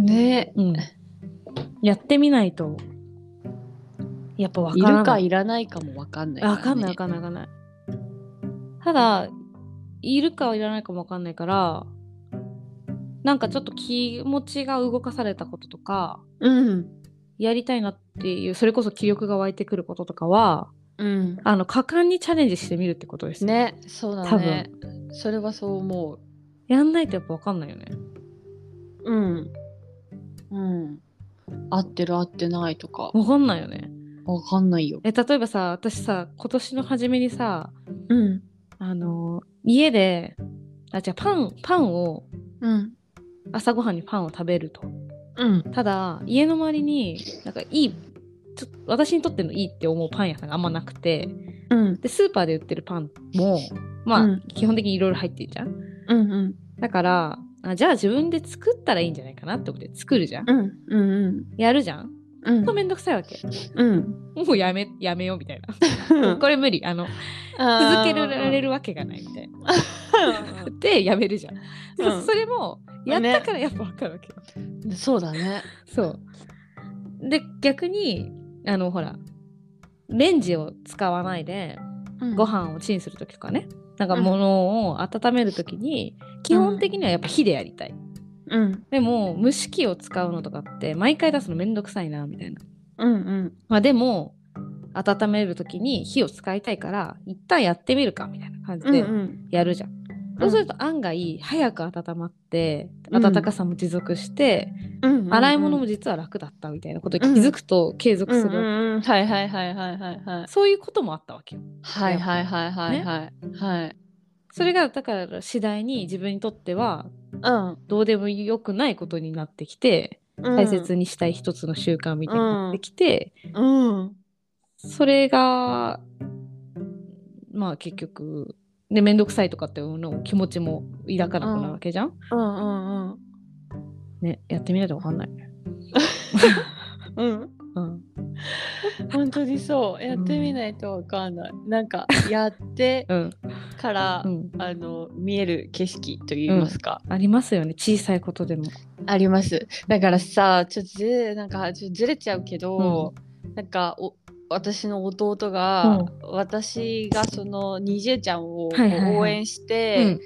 ね
うん、やってみないとやっぱ分
い
から
る
な
か
い
いらないかも分かんないらね、
分かんない分かんない分かんないただいるかいらないかも分かんないからなんかちょっと気持ちが動かされたこととか
うん
やりたいなっていうそれこそ気力が湧いてくることとかは
うん
あの果敢にチャレンジしてみるってことです
ねそうだねそれはそう思う
やんないとやっぱ分かんないよね
うんうん合ってる合ってないとか
分かんないよね
分かんないよ
え例えばさ私さ今年の初めにさ
うん
あの家であじゃあパンパンを
うん
朝ごはんにパンを食べると
うん
ただ家の周りになんかいいちょっと私にとってのいいって思うパン屋さんがあんまなくて
うん
でスーパーで売ってるパンもまあ、
うん
基本的にいろいろ入ってるじゃん
うんうん
だからあじゃあ自分で作ったらいいんじゃないかなって思って作るじゃん
うんうん
やるじゃん
う
ほん
ん
とめんどくさいわけ
うん
もうやめやめようみたい
うん
なこれ無理あの続けられるわけがないみたいなでやめるじゃん、
うん
それもやったからやっぱ分かるわけよ、
うんそうだね
そうで逆にあのほらレンジを使わないでご飯をチンする時とかねなんか
うん
物を温める時に基本的にはやっぱ火でやりたい、
うん
でも蒸し器を使うのとかって毎回出すのめんどくさいなみたいな
うんうん
まあでも温める時に火を使いたいから一旦やってみるかみたいな感じ
うんう
で
ん
やるじゃん、そうすると案外早く温まって温かさも持続して、
うんうん
洗い物も実は楽だったみたいなことに気づくと継続するわけ、
うんうんうんはいはいはいはいはいはい
そういうこともあったわけよ
はいはいはいはいはいはい
それがだから次第に自分にとっては
うん
どうでもよくないことになってきて
うん
大切にしたい一つの習慣みたいになってきて、
うん
それがまあ結局で面倒くさいとかっていうのを気持ちも抱かなくなるわけじゃん、
うんうんうん
ねやってみないと分かん ない、
うん
うん、
本当にそうやってみないとわかんないなんかやって
うん
から
うん
あの見える景色と言いますか
ありますよね小さいことでも
あります。だからさ、ちょっとずれなんかちょっとずれちゃうけど、なんかお私の弟が、私がそのにじえちゃんを
はいはいはい
応援して、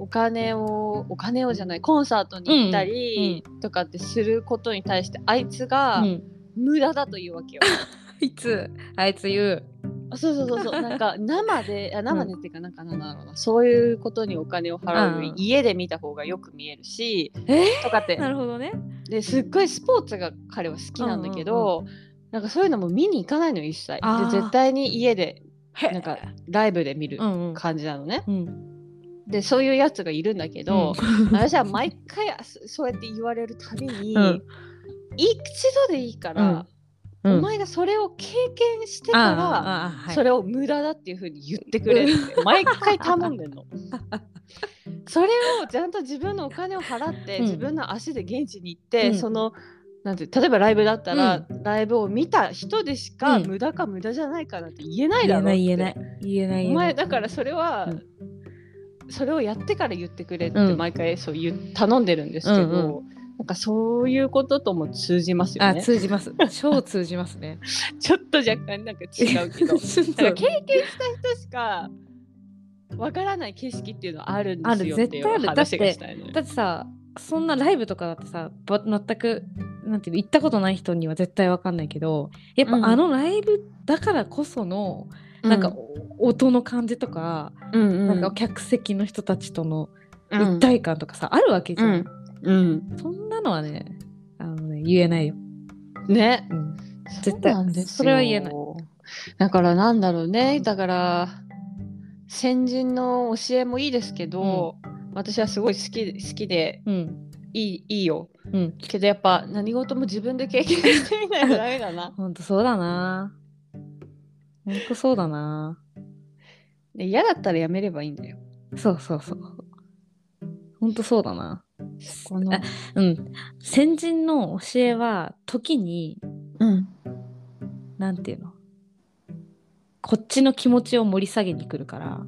お金をお金をじゃないコンサートに行ったりとかってすることに対して、あいつが
うん
無駄だというわけよ。
あいつあいつ言う
あ そうそうそうそう。なんか生であ生でっていうかなんかなんだろうなそういうことにお金を払うより
うん
家で見た方がよく見えるし、
え
とかって
なるほどね
ですっごいスポーツが彼は好きなんだけど、なんかそういうのも見に行かないのよ一切で
あー
絶対に家で
へ
なんかライブで見る
うんうん
感じなのね、
うん
でそういうやつがいるんだけど、私は毎回そそうやって言われるたびに、
うん
一度でいいから、
うん
お前がそれを経験して
あ
か
あ
ら、
ああはい
それを無駄だっていうふうに言ってくれるって毎回頼んで んの。それをちゃんと自分のお金を払って、
うん
自分の足で現地に行って、
うん
そのなんて例えばライブだったら、ライブを見た人でしか、
うん
無駄か無駄じゃないかなんて言えない
言
だ
え
ろうっ
な
て
い言えない言えない言
お
えな
前
い
だからそれは、
うん
それをやってから言ってくれって
うん
毎回そう言う頼んでるんですけど、
うん
なんかそういうこととも通じますよ
あ
ね。
通じます超通じますね。
ちょっと若干なんか違うけ ど
ちょっと
なんか経験した人しかわからない景色っていうのはあるんですよ
ある
ってい
絶
う
対あるだっ
話
て
がしたいのよ。
だってさそんなライブとかだってさば全くなんていうの行ったことない人には絶対わかんないけどやっぱ
うん
あのライブだからこその、なんか、音の感じとか、
うんうん、
なんか客席の人たちとの
うん
一体感とかさ、あるわけじ
う
ゃん、
ん、うん
そんなのはねあのね言えないよ
ね
うん、
そうなんですよ
それは言えない
だからなんだろう
う
ね
ん
だから先人の教えもいいですけど、私はすごい好き好きで
うん、
いいいいよ
うん、
けどやっぱ何事も自分で経験してみないとダメだ な
ほんとそうだな。ほんとそうだな。
で嫌だったらやめればいいんだよ
そうそうそう。ほんとそうだな。
そこの
あうん。先人の教えは、時に、
うん
なんていうのこっちの気持ちを盛り下げに来るから。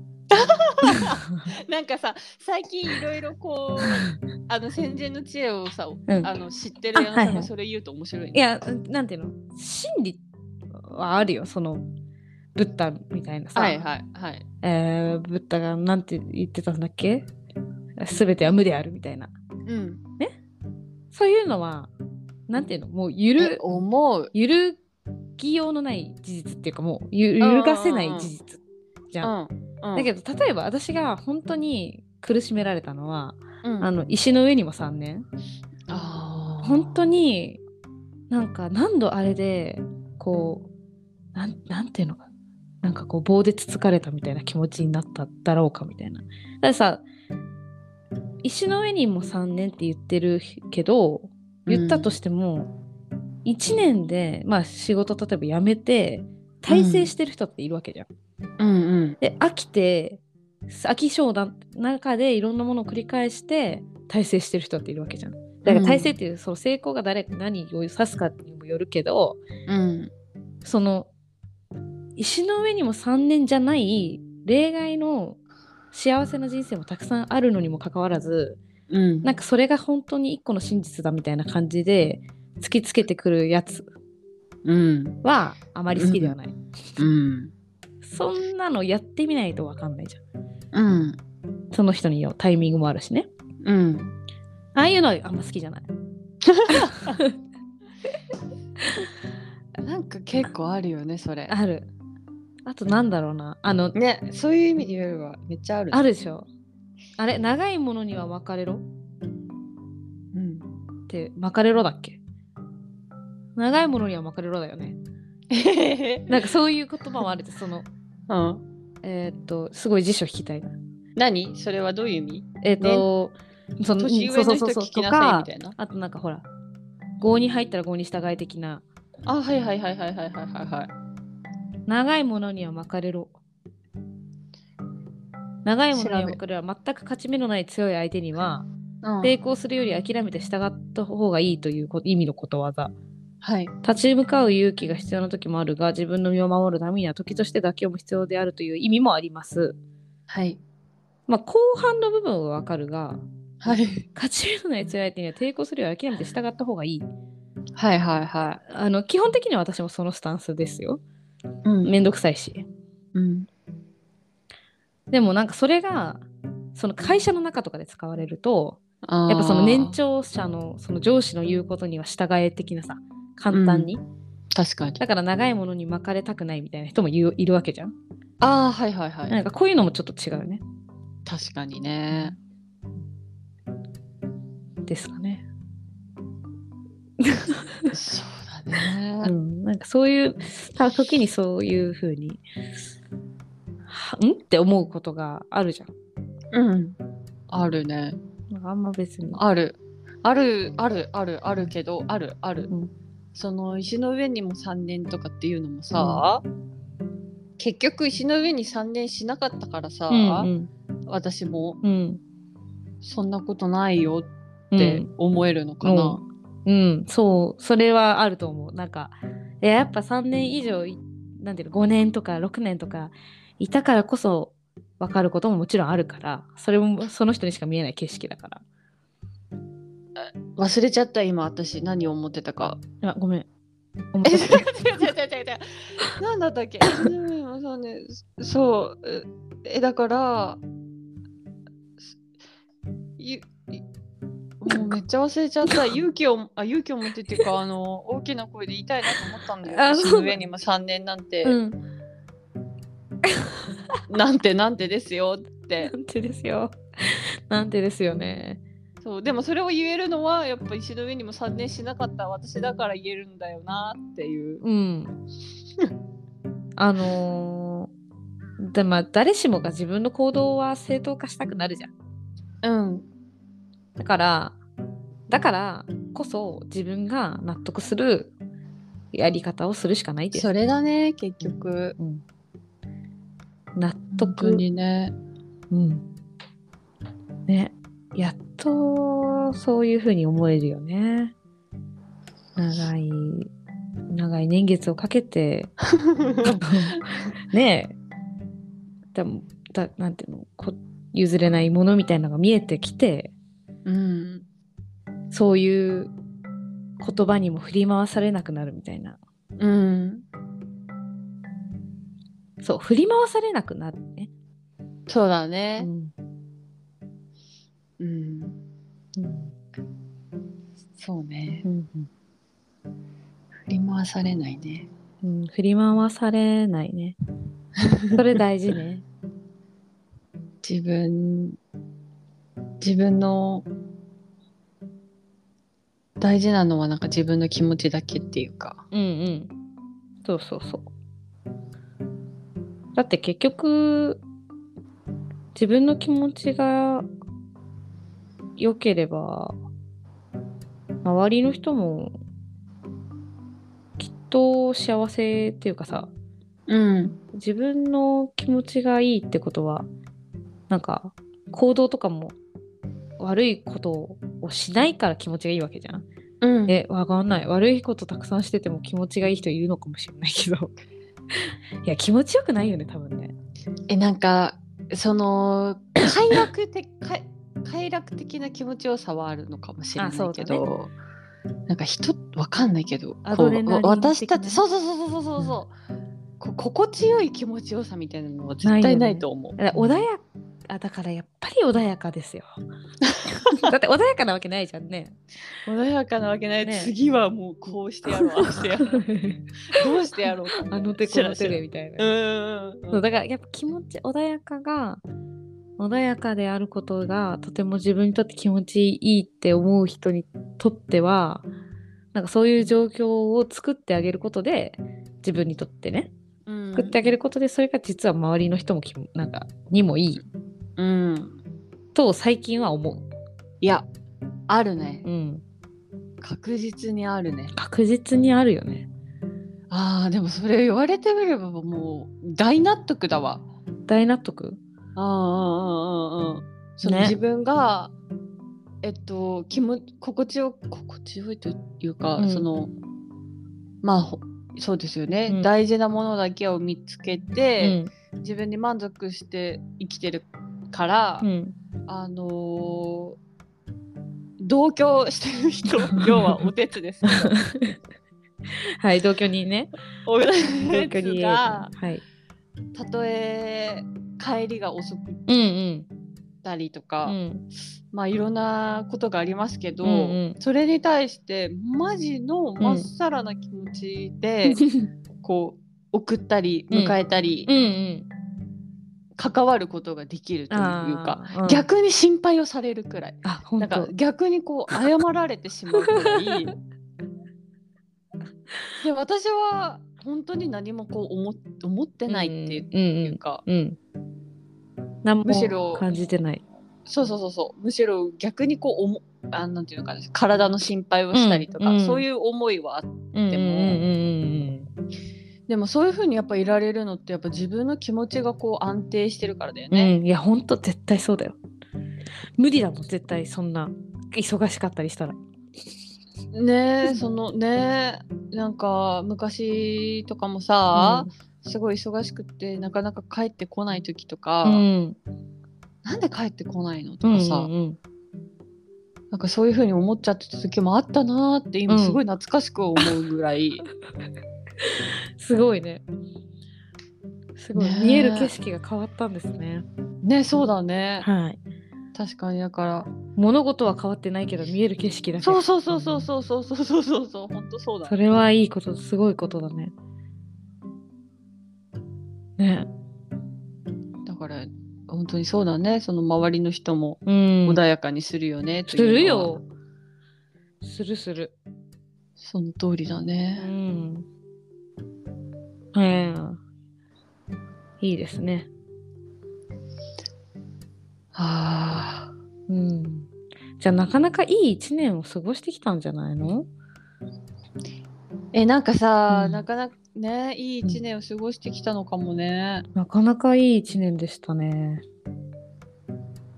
なんかさ最近いろいろこう あの先人の知恵をさ、
うん
あの知ってる
あ
矢野
は
さ
い
ん
は
が
い
それ言うと面白い,、
いや、なんていうの真理はあるよ、その、ブッダみたいなさ。
はいはいはい
えーブッダがなんて言ってたんだっけすべては無であるみたいな。
うん
そういうのは、なんていうのもうゆる、
思う
ゆるぎようのない事実っていうか、もうゆ揺るがせない事実じ
う
ゃん。
ん、うん、
だけど、例えば私が本当に苦しめられたのは、
うん
あの石の上にも3年。
あー
本当になんか何度あれでこうなんなんていうのかなんかこう棒でつつかれたみたいな気持ちになっただろうかみたいな。だからさ石の上にも3年って言ってるけど言ったとしても、1年で、まあ、仕事例えば辞めて大成してる人っているわけじゃん。
うんうん
で飽きて飽き性の中でいろんなものを繰り返して大成してる人っているわけじゃん。だから大成っていう、その成功が誰何を指すかにもよるけど
うん
その石の上にも3年じゃない例外の幸せな人生もたくさんあるのにもかかわらず
うん
なんかそれが本当に一個の真実だみたいな感じで突きつけてくるやつ
うん
はあまり好きではない、
うん
そんなのやってみないと分かんないじゃん
うん
その人によタイミングもあるしね
うん
ああいうのはあんま好きじゃない。
なんか結構あるよねそれ
ある。あとなんだろうな。あの、
ねそういう意味で言えばめっちゃある
あるでしょ。あれ、長いものには別れろ
うん
って、別れろだっけ長いものには別れろだよね。なんかそういう言葉もあるで、 その、
うん
えーっと、すごい辞書引きたいな。
何それはどういう意味
えーっと、その、
年上の人
そうそうそうそ
聞
う
き
と
なさい
か
みた、いな
あとなんかほら、合に入ったら合に従い的な、
あはいはいはいはいはいはいはいはい
長いものには別れろ。長いものには
調べ
別れろは全く勝ち目のない強い相手には、
うん
抵抗するより諦めて従った方がいいというこ意味のことわざ
はい
立ち向かう勇気が必要な時もあるが自分の身を守るためには時として妥協も必要であるという意味もあります
はい
まあ後半の部分はわかるが
はい
勝ち目のない強い相手には抵抗するより諦めて従った方がいい
はいはいは
あの基本的には私もそのスタンスですよ
いうん
めんどくさいし
うん
でもなんかそれがその会社の中とかで使われると
あー
やっぱその年長者のその上司の言うことには従え的なさ簡単に、
確かに
だから長いものに巻かれたくないみたいな人もいるいるわけじゃん。
ああはいはいは
ないんかこういうのもちょっと違うね。
確かにね
ですかね。
そ
う
うだね
ん、なんかそういうた時にそういうふうにはんって思うことがあるじゃん。
うんあるね
なんかあんま別に。
あるあるあるあるあるけどあるある、
うん
その石の上にも3年とかっていうのもさ、結局石の上に3年しなかったからさ、
うん
私も
うんうん
そんなことないよ
う
って
ん
思えるのかな、
うん、そうそれはあると思うなんかいややっぱ3年以上いなんていうの5年とか6年とかいたからこそ分かることももちろんあるからそれもその人にしか見えない景色だから
忘れちゃった今私何を思ってたか
あごめん。思
え
い
違
出
う
した
違う違う違う違うなんだったっけ石の上にも3年そうえだからゆもうめっちゃ忘れちゃ った勇気をあ勇気を持ってっていうかあの大きな声で言いたいなと思ったんだよ
あ
石の上にも3年なんて、
うん、
なんてなんてですよっ て
なんてですよ。なんてですよね。
そうでもそれを言えるのはやっぱ石の上にも3年しなかった私だから言えるんだよなっていう。
うん。 あのーでまあ誰しもが自分の行動は正当化したくなるじゃん。
うん、
だからだからこそ自分が納得するやり方をするしかないです。
それだね結局。
うん、納
本当
得
にね。
うん。ね、やっとそういうふうに思えるよね。長い、長い年月をかけ て、ねえ、だだなんていうのこ、譲れないものみたいなのが見えてきて、
うん、
そういう言葉にも振り回されなくなるみたいな。
うん、
そう、振り回されなくなるね。
そうだ
う
ね。
ん
うん、
うん
そうね。
うんうん
振り回されないね。
うん、振り回されないね。それ大事ね。
自分自分の大事なのはなんか自分の気持ちだけっていうか。
うんうん。そうそうそう。だって結局、自分の気持ちが良ければ、周りの人もきっと幸せっていうかさ、
うん、
自分の気持ちがいいってことは、なんか行動とかも悪いことをしないから気持ちがいいわけじゃん。
うん、
え、わかんない。悪いことたくさんしてても気持ちがいい人いるのかもしれないけど。 いや、気持ちよくないよね、多分ね。
えなんかその快楽的快快楽的な気持ちよさはあるのかもしれな
あそ
いう
だ
け
ね
ど、なんか人わかんないけど
アドレナリン
こうわ私た
的
ち
な
そうそうそうそうそうそう、こう心地よい気持ちよさみたいなのは絶対ないと思う。
だから穏やあだからやっぱり穏やかですよ。 だって穏やかなわけないじゃん ね。
穏やかなわけない、
ね
次はもうこうしてやろうああしてやろうどうしてやろうかみたい な
あの手この手でみたいな。
知らん知らんうんうん
そううんだからやっぱ気持ち穏やかが穏やかであることがとても自分にとって気持ちいいって思う人にとってはなんかそういう状況を作ってあげることで自分にとってね
うん
作ってあげることでそれが実は周りの人もきもなんかにもいい
うん
と最近は思
いやあるね
う、うん、
確実にあるね
確実にあるよね
あーでもそれ言われてみればもう大納得だわ
大納得
ああああその
ね
自分が、えっと気も心地よ心地よいというか、
うん
そのまあほそうですよね、
うん
大事なものだけを見つけ
う
て、
ん
自分に満足して生きてるから、
うん
あのー同居してる 人要はおてつですけど
はい同居人ね
おて
同居
つ
人
が
はい
たとえ帰りが遅く
うんうん
ったりと
う
か、
ん
まあいろんなことがありますけど、
うんうん
それに対してマジのまっさらな気持ちで、こう送ったり
うん
迎えたり、
うんうん
関わることができるというか、
あーうん
逆に心配をされるくらい。
あ本
なん
当
か逆にこう謝られてしまうくら いで私は本当に何もこう思っ思ってないっていう
うん
いううんか、
うんうん何
むしろ
も感じてない
そうそうそうそうむしろ逆にこうおもあなんていうのかな体の心配をしたりとか、
うんうん
そういう思いはあって
うんうん
で
うん
も
うん
でもそういうふうにやっぱいられるのってやっぱ自分の気持ちがこう安定してるからだよ
うん
ね。
うんいやほんと絶対そうだよ無理だもん絶対そんな忙しかったりしたら
ねえそのねえなんか昔とかもさ、すごい忙しくってなかなか帰ってこない時とか、
うん
なんで帰ってこないの
う
と
ん
かさ、
うん
なんかそういうふうに思っちゃってた時もあったなーって今
うん
すごい懐かしく思うぐら い、
すごいね。すごい、
ねえ
見える景色が変わったんですね。
ねそうだね
はい。
確かにだから
物事は変わってないけど見える景色だけ。
そうそうそうそうそうそうそうそうそうそう本当そうだ
それはいいこと、すごいことだね。ね。
だから同本当にそうだねその周りの人も
うん
穏やかにするよね、
す
と
る
いうのは
よするする
その通りだ
う
ね、
んええいいですね
あー
うんじゃあなかなかいい一年を過ごしてきたんじゃないの
えなんかさ、
うん
なかなかねいい一年を過ごしてきたのかもね、
なかなかいい一年でしたね。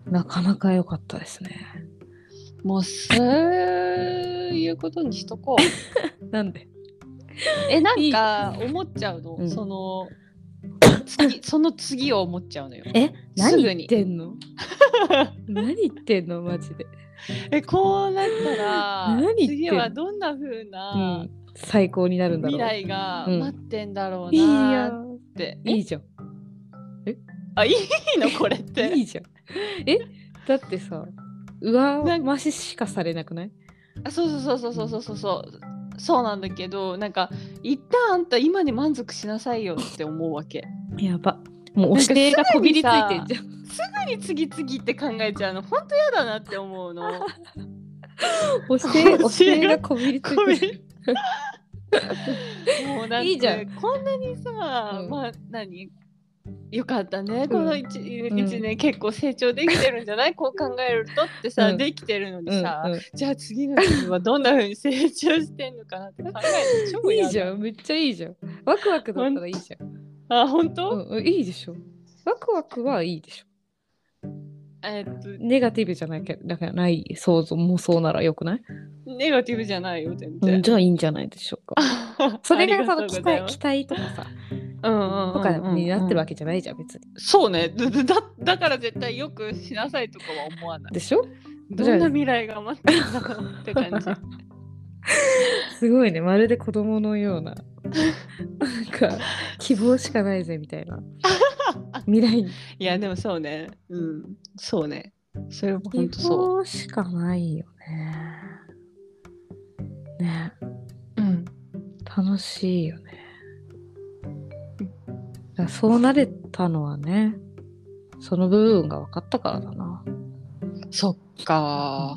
なかなか良かったですね。
もうそういうことにしと こう
なんで
えなんか思っちゃうの、
うん
その次その次を思っちゃうのよ
え
す
何
ぐ
言っ
に
てんの何言ってんのマジで。
えこうなったら
何言ってん
次はどんな風
う
な
ん最高になるんだろ
未
う。
来が
うん
待ってんだろう
いいや
なーっ
ん。
て、え
いいじゃん。
あいいのこれって
いいじゃん。えだってさ、上増ししかされなくない
あそうそうそうそうそうそうそうそうなんだけどなんか一旦あんた今に満足しなさいよって思うわけ
やば。もう押し手がこびりついてんじゃん。
何次々って考えちゃうの本当嫌だなって思うの
押 し手
なんか
押
す
し
ぐに
手
さ
がこびりつ
こび
いてる。
もうな ん
いいじゃ
て
ん
こんなにさ、
うん
まあ何よかったねこの 1,
ん
一年結構成長できてるんじゃないこう考えるとってさ、
うん
できてるのに
うんうん
さ、じゃあ次の自分はどんな風に成長してんのかなって考えるの超
い
嫌だ
いじゃん、めっちゃいいじゃん。ワクワクだったらいいじゃん。
あ本当、
うんうん、いいでしょ。ワクワクはいいでしょ。
えっと
ネガティブじゃなきゃだからない想像妄想ならよくない、
ネガティブじゃないよ全
う
然、
ん、じゃあいいんじゃないでしょうか。 それがその期待期
と
待とかさ、と
か
かになってるわ
け
けじゃないじゃん、別に。
そうね だだだから絶対よくしなさいとかは思わない
でしょ
どんな未来が待ってるんだろうって感じ
すごいね、まるで子供のよう な。なんか、希望しかないぜみたいな。 未来に。
いやでもそうねうんそうねそれも本当
希
そ
望しかないよね。ね
う、うん、
楽しいよね。だからそうなれたのはね、その部分が分かったからだな。
そっか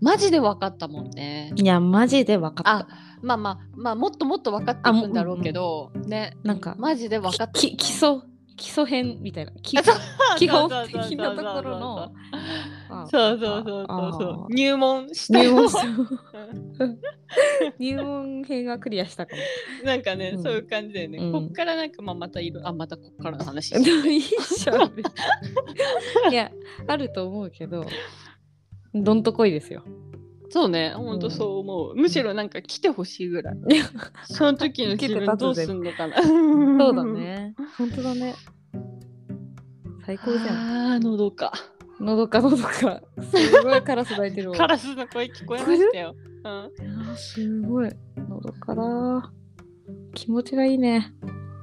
マジで分かったもんね
いや、マジで分かった。
あまあまあまあもっともっと分かっていくんだろうけどね
なんか、
マジで分かった
き基礎、基礎編みたいな。基
あそう
基本的なところ の。あ
そうそうそうそうそ
あ
う入門した
入
よ
門し入門編はクリアしたかも。
なんかね、
うん
そういう感じだよね、
うん
こっからなんかまあまたいろあまたこっからの話
でもい いじゃん。別にいや、あると思うけど、どんとこいです よ。
そうねほんとそう思う、むしろなんか来てほしいぐらい
いや
その時の自
来て
分
立つぜ
どうすんのかな
そ
そう
だね。本当だね。最高じゃん。
あー喉か
のどかのどか。すごいカラス抱いてるわ。
カラスの声聞こえましたよ、うん
いやーすごい。のどかだー。気持ちがいいね。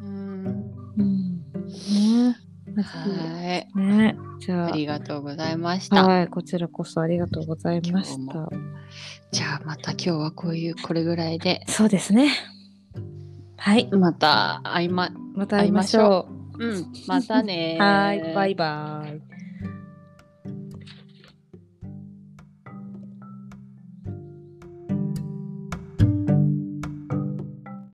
うん、
うん。ね
はい
え。ねえ。じゃ
あ
あ。
りがとうございました、
はい、こちらこそありがとうございまし
今日
た。
じゃあまた今日はこういうこれぐらいで
そうですね。はい、
また会いま
また会いましょ
うんまたね
う。
ー
はい、バイバイ。